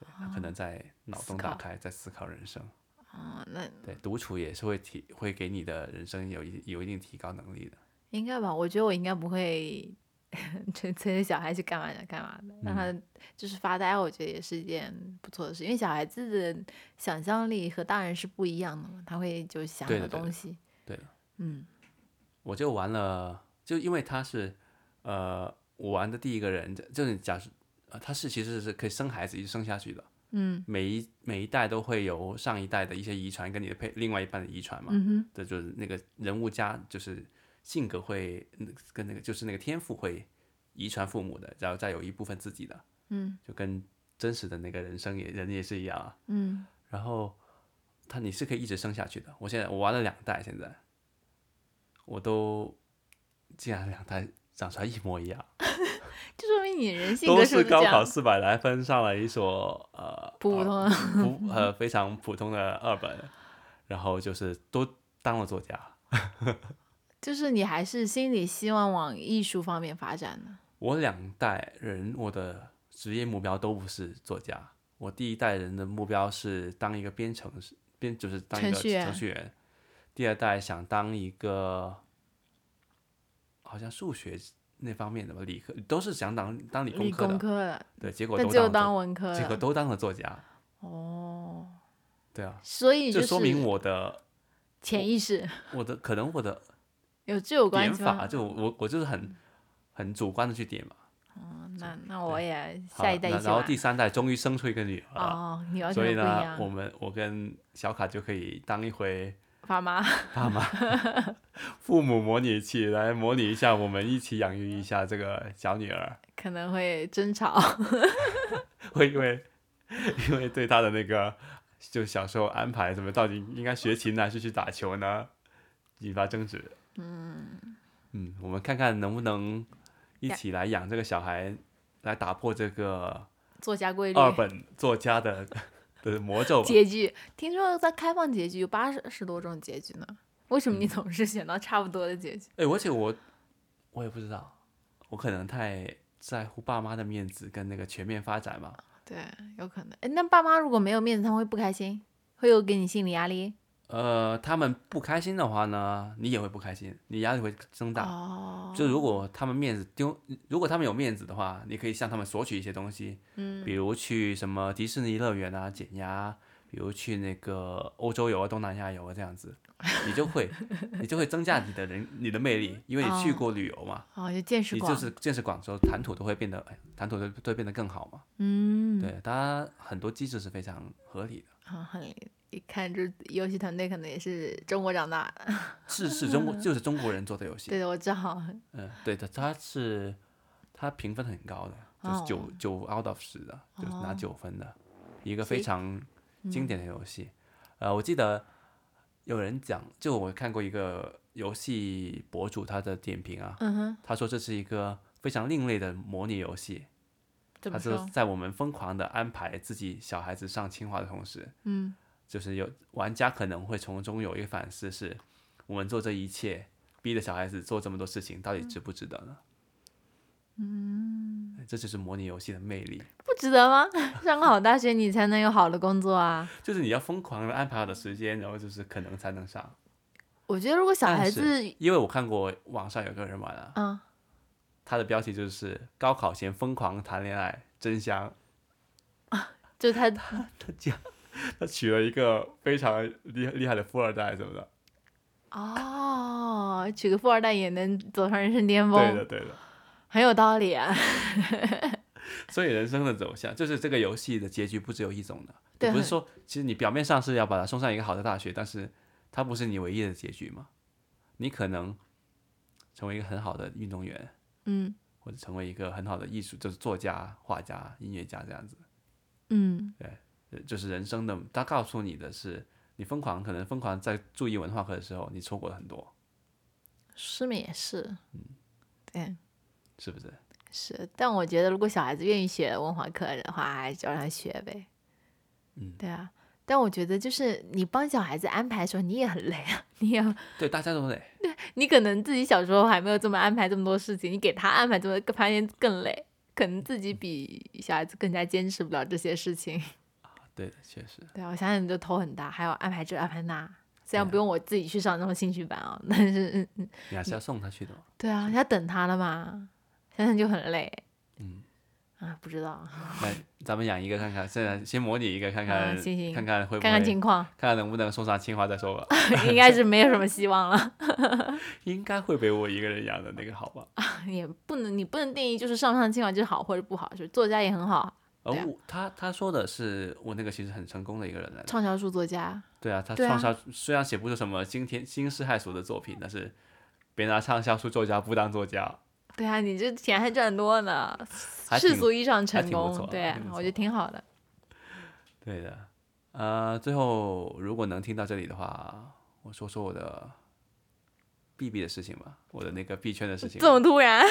[SPEAKER 1] 对他可能在脑
[SPEAKER 2] 哦思
[SPEAKER 1] 洞打
[SPEAKER 2] 考
[SPEAKER 1] 开，在思考人生。
[SPEAKER 2] 啊，那
[SPEAKER 1] 对，独处也是会提会给你的人生有一有一定提高能力的。
[SPEAKER 2] 应该吧？我觉得我应该不会 *laughs* 催催着小孩去干嘛的干嘛的，让他
[SPEAKER 1] 嗯
[SPEAKER 2] 就是发呆，我觉得也是一件不错的事，因为小孩子的想象力和大人是不一样的嘛，他会就想
[SPEAKER 1] 对
[SPEAKER 2] 的
[SPEAKER 1] 的对的
[SPEAKER 2] 东西。
[SPEAKER 1] 对的
[SPEAKER 2] 嗯
[SPEAKER 1] 我就玩了，就因为他是，呃，我玩的第一个人，就就是假设，呃，他是其实是可以生孩子一直生下去的，
[SPEAKER 2] 嗯
[SPEAKER 1] 每一每一代都会有上一代的一些遗传跟你的配另外一半的遗传嘛，
[SPEAKER 2] 嗯哼
[SPEAKER 1] 这就是那个人物家就是性格会嗯跟那个就是那个天赋会遗传父母的，然后再有一部分自己的，
[SPEAKER 2] 嗯
[SPEAKER 1] 就跟真实的那个人生也人也是一样啊，
[SPEAKER 2] 嗯
[SPEAKER 1] 然后他你是可以一直生下去的。我现在我玩了两代，现在我都竟然两代长出来一模一样，
[SPEAKER 2] 就说明你
[SPEAKER 1] *laughs*
[SPEAKER 2] 人性
[SPEAKER 1] 都
[SPEAKER 2] 格不
[SPEAKER 1] 是
[SPEAKER 2] 是
[SPEAKER 1] 高
[SPEAKER 2] 这
[SPEAKER 1] 考
[SPEAKER 2] 样
[SPEAKER 1] 四百来分上了一所呃
[SPEAKER 2] 普通啊的。
[SPEAKER 1] 普呃非常普通的二本，然后就是都当了作家。
[SPEAKER 2] 就是你还是心里希望往艺术方面发展的。
[SPEAKER 1] 我两代人，我的职业目标都不是作家。我第一代人的目标是当一个编程师，编就是当一个
[SPEAKER 2] 程序员
[SPEAKER 1] 程序员。第二代想当一个，好像数学那方面的吧，理科都是想当当理工
[SPEAKER 2] 理
[SPEAKER 1] 科
[SPEAKER 2] 工
[SPEAKER 1] 的，
[SPEAKER 2] 科的，
[SPEAKER 1] 对，结果
[SPEAKER 2] 但
[SPEAKER 1] 都
[SPEAKER 2] 只有
[SPEAKER 1] 当
[SPEAKER 2] 当
[SPEAKER 1] 了
[SPEAKER 2] 文科
[SPEAKER 1] 作结果
[SPEAKER 2] 的。
[SPEAKER 1] 都当了作家，
[SPEAKER 2] 哦，
[SPEAKER 1] 对啊，
[SPEAKER 2] 所以
[SPEAKER 1] 这说明
[SPEAKER 2] 是
[SPEAKER 1] 我的
[SPEAKER 2] 潜意识
[SPEAKER 1] 我的可能我的
[SPEAKER 2] 有这有关
[SPEAKER 1] 点
[SPEAKER 2] 系
[SPEAKER 1] 法
[SPEAKER 2] 吗？
[SPEAKER 1] 就我我就是很很主观的去点嘛。
[SPEAKER 2] 哦，那那我也
[SPEAKER 1] 好
[SPEAKER 2] 下
[SPEAKER 1] 了
[SPEAKER 2] 一代
[SPEAKER 1] 那
[SPEAKER 2] 一起
[SPEAKER 1] 然后
[SPEAKER 2] 玩。
[SPEAKER 1] 第三代终于生出一个女儿了。
[SPEAKER 2] 哦，你完全
[SPEAKER 1] 所
[SPEAKER 2] 不
[SPEAKER 1] 以
[SPEAKER 2] 一
[SPEAKER 1] 呢，我
[SPEAKER 2] 样。
[SPEAKER 1] 们我跟小卡就可以当一回
[SPEAKER 2] 爸妈， *laughs*
[SPEAKER 1] 爸妈父母模拟器来模拟一下，我们一起养育一下这个小女儿，
[SPEAKER 2] 可能会争吵。
[SPEAKER 1] 会因为因为对她的那个就小时候安排什么，到底应该学琴呢还是去打球呢，引发争执。嗯嗯，我们看看能不能一
[SPEAKER 2] 呀
[SPEAKER 1] 起来养这个小孩，来打破这个
[SPEAKER 2] 作家规律，
[SPEAKER 1] 二本作家的 *laughs* 的魔咒吧。
[SPEAKER 2] 结局，听说在开放结局有八十十多种结局呢。为什么你
[SPEAKER 1] 嗯
[SPEAKER 2] 总是选到差不多的结局？
[SPEAKER 1] 哎、而且我我也不知道，我可能太在乎爸妈的面子跟那个全面发展嘛。
[SPEAKER 2] 对，有可能。哎，那爸妈如果没有面子，他们会不开心，会有给你心理压力。
[SPEAKER 1] 呃，他们不开心的话呢，你也会不开心，你压力会增大。
[SPEAKER 2] 哦，
[SPEAKER 1] 就如果他们面子丢，如果他们有面子的话，你可以向他们索取一些东西，
[SPEAKER 2] 嗯
[SPEAKER 1] 比如去什么迪士尼乐园啊减压，比如去那个欧洲游啊、东南亚游啊这样子，
[SPEAKER 2] *laughs*
[SPEAKER 1] 你就会你就会增加你的人你的魅力，因为你去
[SPEAKER 2] 哦
[SPEAKER 1] 过旅游嘛，
[SPEAKER 2] 哦，就见识
[SPEAKER 1] 你
[SPEAKER 2] 广，
[SPEAKER 1] 就是见识广州，谈吐都会变得，哎谈吐都都会变得更好嘛。
[SPEAKER 2] 嗯，
[SPEAKER 1] 对，它很多机制是非常合理的，
[SPEAKER 2] 啊，很一看这游戏团队可能也是中国长大的，
[SPEAKER 1] 是
[SPEAKER 2] *laughs*
[SPEAKER 1] 是中国就是中国人做的游戏，
[SPEAKER 2] 对的，我知道，
[SPEAKER 1] 嗯，对的，它是它评分很高的，就是
[SPEAKER 2] 哦
[SPEAKER 1] 九九 out of 十的，就是拿九分的，一个非
[SPEAKER 2] 行
[SPEAKER 1] 常
[SPEAKER 2] 嗯
[SPEAKER 1] 经典的游戏。呃，我记得有人讲，就我看过一个游戏博主他的点评啊，
[SPEAKER 2] 嗯哼，
[SPEAKER 1] 他说这是一个非常另类的模拟游戏，
[SPEAKER 2] 怎
[SPEAKER 1] 他
[SPEAKER 2] 么
[SPEAKER 1] 说
[SPEAKER 2] 说？
[SPEAKER 1] 在我们疯狂的安排自己小孩子上清华的同时，
[SPEAKER 2] 嗯，
[SPEAKER 1] 就是有玩家可能会从中有一个反思是，我们做这一切，逼着小孩子做这么多事情，到底值不值得呢？嗯，这就是模拟游戏的魅力，
[SPEAKER 2] 不值得吗？ *laughs* 上个好大学，你才能有好的工作啊！
[SPEAKER 1] 就是你要疯狂的安排好的时间，然后就是可能才能上。
[SPEAKER 2] 我觉得如果小
[SPEAKER 1] 但
[SPEAKER 2] 孩
[SPEAKER 1] 是
[SPEAKER 2] 子，
[SPEAKER 1] 因为我看过网上有个人玩啊，
[SPEAKER 2] 嗯，
[SPEAKER 1] 他的标题就是“高考前疯狂谈恋爱，真香 *laughs*
[SPEAKER 2] 就他”，
[SPEAKER 1] 他娶了一个非常厉厉害的富二代什么的。
[SPEAKER 2] 哦，娶个富二代也能走上人生巅
[SPEAKER 1] 对的，
[SPEAKER 2] 峰，
[SPEAKER 1] 对的。
[SPEAKER 2] 很有道理啊。
[SPEAKER 1] 所以人生的走向，就是这个游戏的结局不只有一种的。
[SPEAKER 2] 对
[SPEAKER 1] 也不是
[SPEAKER 2] 很
[SPEAKER 1] 说，其实你表面上是要把他送上一个好的大学，但是它不是你唯一的结局嘛？你可能成为一个很好的运动员，
[SPEAKER 2] 嗯
[SPEAKER 1] 或者成为一个很好的艺术，就是作家、画家、音乐家这样子。
[SPEAKER 2] 嗯
[SPEAKER 1] 呃就是人生的，他告诉你的是，你疯狂，可能疯狂在注意文化课的时候，你错过了很多，
[SPEAKER 2] 师妹也是，对，
[SPEAKER 1] 是不是？
[SPEAKER 2] 是。但我觉得，如果小孩子愿意学文化课的话，还是就让他学呗。
[SPEAKER 1] 嗯
[SPEAKER 2] 对啊。但我觉得，就是你帮小孩子安排的时候，你也很累啊。 *laughs* 你也，
[SPEAKER 1] 对，大家都得。
[SPEAKER 2] 你可能自己小时候还没有这么安排这么多事情，你给他安排这么多，发现更累，可能自己比小孩子更加坚持不了这些事情。 *laughs*
[SPEAKER 1] 对的，确实，
[SPEAKER 2] 对啊，我想想你就头很大，还有安排这安排那，
[SPEAKER 1] 对
[SPEAKER 2] 虽然
[SPEAKER 1] 啊
[SPEAKER 2] 不用我自己去上那种兴趣班啊， *laughs* 但是嗯嗯
[SPEAKER 1] 你还是要送他去的嘛。
[SPEAKER 2] 对啊，要等他了嘛，想想就很累
[SPEAKER 1] 嗯，
[SPEAKER 2] 啊，不知道，
[SPEAKER 1] 那咱们养一个看看，现在先模拟一个看看，
[SPEAKER 2] 啊行行
[SPEAKER 1] 看看会不会
[SPEAKER 2] 看看情况，
[SPEAKER 1] 看看能不能送上清华再说吧。 *laughs*
[SPEAKER 2] 应该是没有什么希望了， *laughs*
[SPEAKER 1] 应该会比我一个人养的那个好吧？
[SPEAKER 2] 也不能你不能定义就是上不上清华就是好或者不好，就是作家也很好，
[SPEAKER 1] 而
[SPEAKER 2] 对啊
[SPEAKER 1] 我他他说的是我那个其实很成功的一个人来的，
[SPEAKER 2] 畅销书作家，
[SPEAKER 1] 对啊，他
[SPEAKER 2] 对啊
[SPEAKER 1] 畅销、虽然写不出什么惊天惊世骇俗的作品，但是别拿畅销书作家不当作家，
[SPEAKER 2] 对啊，你这钱还赚多呢，
[SPEAKER 1] 还
[SPEAKER 2] 世
[SPEAKER 1] 挺
[SPEAKER 2] 俗意义上成
[SPEAKER 1] 挺不
[SPEAKER 2] 功
[SPEAKER 1] 错，
[SPEAKER 2] 对啊
[SPEAKER 1] 还挺不
[SPEAKER 2] 我觉得挺好的，
[SPEAKER 1] 对的。呃，最后如果能听到这里的话，我说说我的 B B 的事情吧，我的那个币圈的事情吧。
[SPEAKER 2] 这么突然，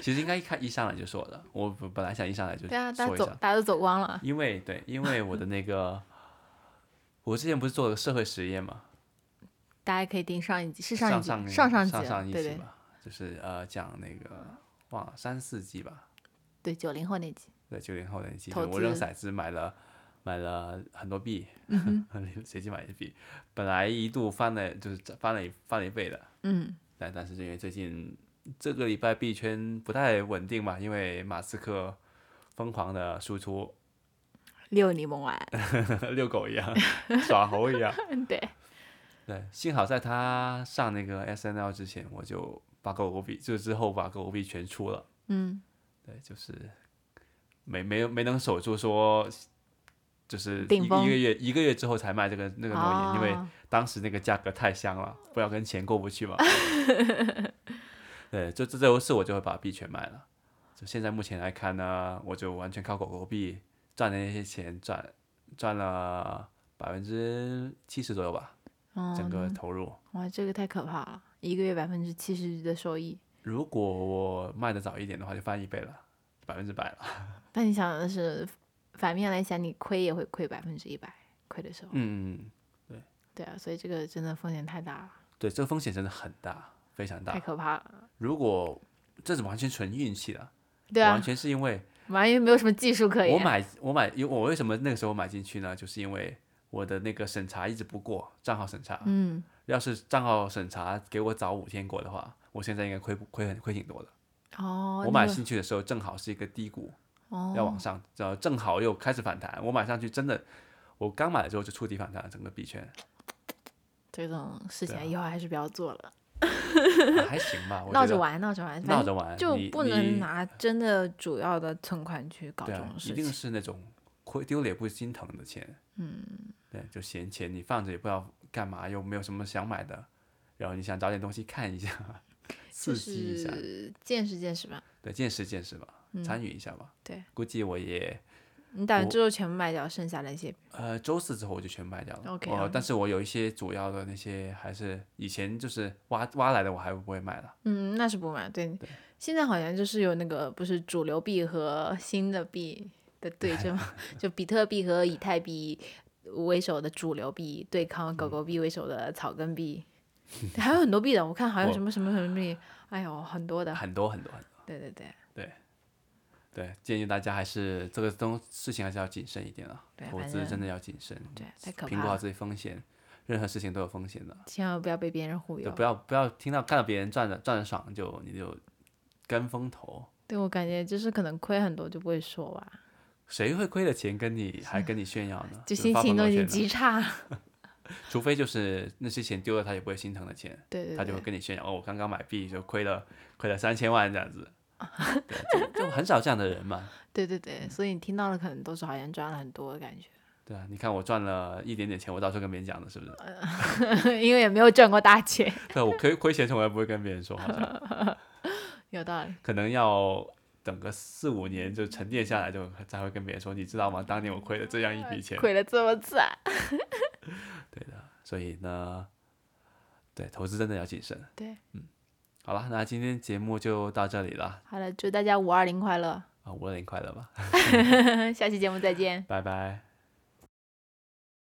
[SPEAKER 1] 其实应该一开一上来就说的，我本本来想一上来就
[SPEAKER 2] 对啊，大家
[SPEAKER 1] 嗯说一
[SPEAKER 2] 走
[SPEAKER 1] 下，
[SPEAKER 2] 大家都走光 *laughs* 了，
[SPEAKER 1] 因为对，因为我的那个我之前不是做了社会实验嘛，
[SPEAKER 2] 大家可以听上一集，是
[SPEAKER 1] 上
[SPEAKER 2] 一集
[SPEAKER 1] 一
[SPEAKER 2] 上
[SPEAKER 1] 上
[SPEAKER 2] 集了
[SPEAKER 1] 一
[SPEAKER 2] 对
[SPEAKER 1] 集
[SPEAKER 2] 对
[SPEAKER 1] 吧，就是呃讲那个忘了三四季吧，
[SPEAKER 2] 对，九零后那集，
[SPEAKER 1] 对九零后的一季，
[SPEAKER 2] 投
[SPEAKER 1] 我扔
[SPEAKER 2] 资
[SPEAKER 1] 骰子买了买了很多币，
[SPEAKER 2] 嗯
[SPEAKER 1] *laughs* 随机买的币，本来一度翻了就是翻了一翻了一倍的，
[SPEAKER 2] 嗯。
[SPEAKER 1] 但但是因为最近这个礼拜币圈不太稳定嘛，因为马斯克疯狂的输出， *laughs*
[SPEAKER 2] 六柠檬丸，
[SPEAKER 1] 遛狗一样， *laughs* 耍猴一样，
[SPEAKER 2] 对，
[SPEAKER 1] 对，幸好在他上那个 S N L 之前，我就把狗币，就之后把狗币全出了。
[SPEAKER 2] 嗯，
[SPEAKER 1] 对，就是没没有没能守住说，就是一
[SPEAKER 2] 顶
[SPEAKER 1] 一
[SPEAKER 2] 峰
[SPEAKER 1] 个月一个月之后才卖这个那个诺言，因为
[SPEAKER 2] 哦
[SPEAKER 1] 当时那个价格太香了，不要跟钱过不
[SPEAKER 2] *laughs*
[SPEAKER 1] 去嘛。对，就这周四我就会把币全卖了。就现在目前来看呢，我就完全靠狗狗币赚的那些钱赚赚了百分之七十左右吧，
[SPEAKER 2] 哦
[SPEAKER 1] 整个投入。
[SPEAKER 2] 哇，这个太可怕了，一个月百分之七十的收益。
[SPEAKER 1] 如果我卖的早一点的话，就翻一倍了，百分之百了。
[SPEAKER 2] 但你想的是，反面来想，你亏也会亏百分之一百，亏的时候，
[SPEAKER 1] 嗯，
[SPEAKER 2] 对啊，所以这个真的风险太大了，
[SPEAKER 1] 对，这个风险真的很大，非常
[SPEAKER 2] 太
[SPEAKER 1] 大。
[SPEAKER 2] 可怕了。
[SPEAKER 1] 如果这是完全纯运气的，
[SPEAKER 2] 对啊
[SPEAKER 1] 完，全是因为
[SPEAKER 2] 完全没有什么技术可
[SPEAKER 1] 我
[SPEAKER 2] 言。
[SPEAKER 1] 买我买，因为我为什么那个时候买进去呢？就是因为我的那个审查一直不过，账号审查。
[SPEAKER 2] 嗯，
[SPEAKER 1] 要是账号审查给我早五天过的话，我现在应该亏不亏很亏挺多的。
[SPEAKER 2] 哦，
[SPEAKER 1] 我
[SPEAKER 2] 那
[SPEAKER 1] 买
[SPEAKER 2] 个
[SPEAKER 1] 进去的时候正好是一个低谷，要
[SPEAKER 2] 哦，
[SPEAKER 1] 往上，然后正好又开始反弹。我买上去真的，我刚买了之后就触底反弹了整个币
[SPEAKER 2] *laughs*
[SPEAKER 1] 圈，
[SPEAKER 3] 这种事
[SPEAKER 1] 对啊
[SPEAKER 3] 情以后还是不要做了，
[SPEAKER 1] 啊还行吧，我
[SPEAKER 3] 闹
[SPEAKER 1] 觉
[SPEAKER 3] 着
[SPEAKER 1] 得
[SPEAKER 3] 玩，闹着玩，
[SPEAKER 1] 闹
[SPEAKER 3] 反
[SPEAKER 1] 着
[SPEAKER 3] 正
[SPEAKER 1] 玩
[SPEAKER 2] 就
[SPEAKER 1] 你
[SPEAKER 2] 不
[SPEAKER 1] 你
[SPEAKER 2] 能拿真的主要的存款去搞
[SPEAKER 1] 对
[SPEAKER 2] 这
[SPEAKER 1] 啊
[SPEAKER 2] 种，
[SPEAKER 1] 一
[SPEAKER 2] 事
[SPEAKER 1] 定
[SPEAKER 2] 情。
[SPEAKER 1] 是那种亏丢了也不心疼的钱。嗯，对，就闲钱你放着也不知道干嘛，又没有什么想买的，然后你想找点东西看一下，
[SPEAKER 2] 就
[SPEAKER 1] 刺激一下，
[SPEAKER 2] 是见识见识吧。
[SPEAKER 1] 对，见识见识吧，参与一下吧。
[SPEAKER 2] 嗯对，
[SPEAKER 1] 估计我也
[SPEAKER 2] 你打算
[SPEAKER 1] 我
[SPEAKER 2] 之后全部卖掉，剩下的一些
[SPEAKER 1] 呃周四之后我就全卖掉了。
[SPEAKER 2] OK，
[SPEAKER 1] 哦
[SPEAKER 2] OK
[SPEAKER 1] 但是我有一些主要的那些还是以前就是挖挖来的，我还不会卖了。
[SPEAKER 2] 嗯，那是不买。对，现在好像就是有那个不是主流币和新的币的对阵嘛， *laughs* 就比特币和以太币为首的主流币对抗
[SPEAKER 1] 嗯
[SPEAKER 2] 狗狗币为首的草
[SPEAKER 1] *laughs*
[SPEAKER 2] 根币，还有很多币的，我看好像
[SPEAKER 1] 我
[SPEAKER 2] 什么什么什么币，哎呦，很多的。
[SPEAKER 1] 很多很多很多。
[SPEAKER 2] 对对对，
[SPEAKER 1] 对，建议大家还是这个东事情还是要谨慎一点啊
[SPEAKER 2] 对，
[SPEAKER 1] 投
[SPEAKER 2] 反
[SPEAKER 1] 资真
[SPEAKER 2] 正
[SPEAKER 1] 的要谨慎，
[SPEAKER 2] 对太可
[SPEAKER 1] 评
[SPEAKER 2] 怕
[SPEAKER 1] 估好
[SPEAKER 2] 了
[SPEAKER 1] 自己风险，任何事情都有风险的。
[SPEAKER 2] 千万不要被别人忽
[SPEAKER 1] 就
[SPEAKER 2] 悠。
[SPEAKER 1] 不要不要听到看到别人赚的赚的爽就你就跟风投，
[SPEAKER 2] 对我感觉就是可能亏很多就不会说吧，
[SPEAKER 1] 谁会亏了钱跟你还跟你炫耀呢？
[SPEAKER 2] *laughs* 就
[SPEAKER 1] 就是
[SPEAKER 2] 心
[SPEAKER 1] 发
[SPEAKER 2] 情
[SPEAKER 1] 朋
[SPEAKER 2] 都
[SPEAKER 1] 友
[SPEAKER 2] 已经
[SPEAKER 1] 圈
[SPEAKER 2] 极
[SPEAKER 1] 呢
[SPEAKER 2] 差了。
[SPEAKER 1] 除非就是那些钱丢了他也不会心疼的钱，
[SPEAKER 2] 对对
[SPEAKER 1] 他就会
[SPEAKER 2] 对，
[SPEAKER 1] 跟你炫耀哦，我刚刚买币就亏了亏了三千万这样
[SPEAKER 2] *laughs*
[SPEAKER 1] 子，对就就很少这样的人嘛。
[SPEAKER 2] 对对对，所以你听到了可能都是好像赚了很多的感觉。
[SPEAKER 1] 对啊，你看我赚了一点点钱，我到处跟别人讲的，是
[SPEAKER 2] *laughs*
[SPEAKER 1] 不是？
[SPEAKER 2] 因为也没有赚过大钱， *laughs*
[SPEAKER 1] 对啊，我亏亏钱从来不会跟别人说，好像
[SPEAKER 2] 有道理。
[SPEAKER 1] 可能要等个四五年就沉淀下来，就才会跟别人说，你知道吗？当年我亏了这样一笔钱，
[SPEAKER 2] 亏了这么惨，
[SPEAKER 1] 所以呢，对投资真的要谨慎。嗯
[SPEAKER 2] 对，
[SPEAKER 1] 好了，那今天节目就到这里了
[SPEAKER 2] 好了，祝大家五二零快乐， *laughs*
[SPEAKER 1] 啊，五二零快乐吧，
[SPEAKER 2] 下期节目再见。
[SPEAKER 1] 拜拜。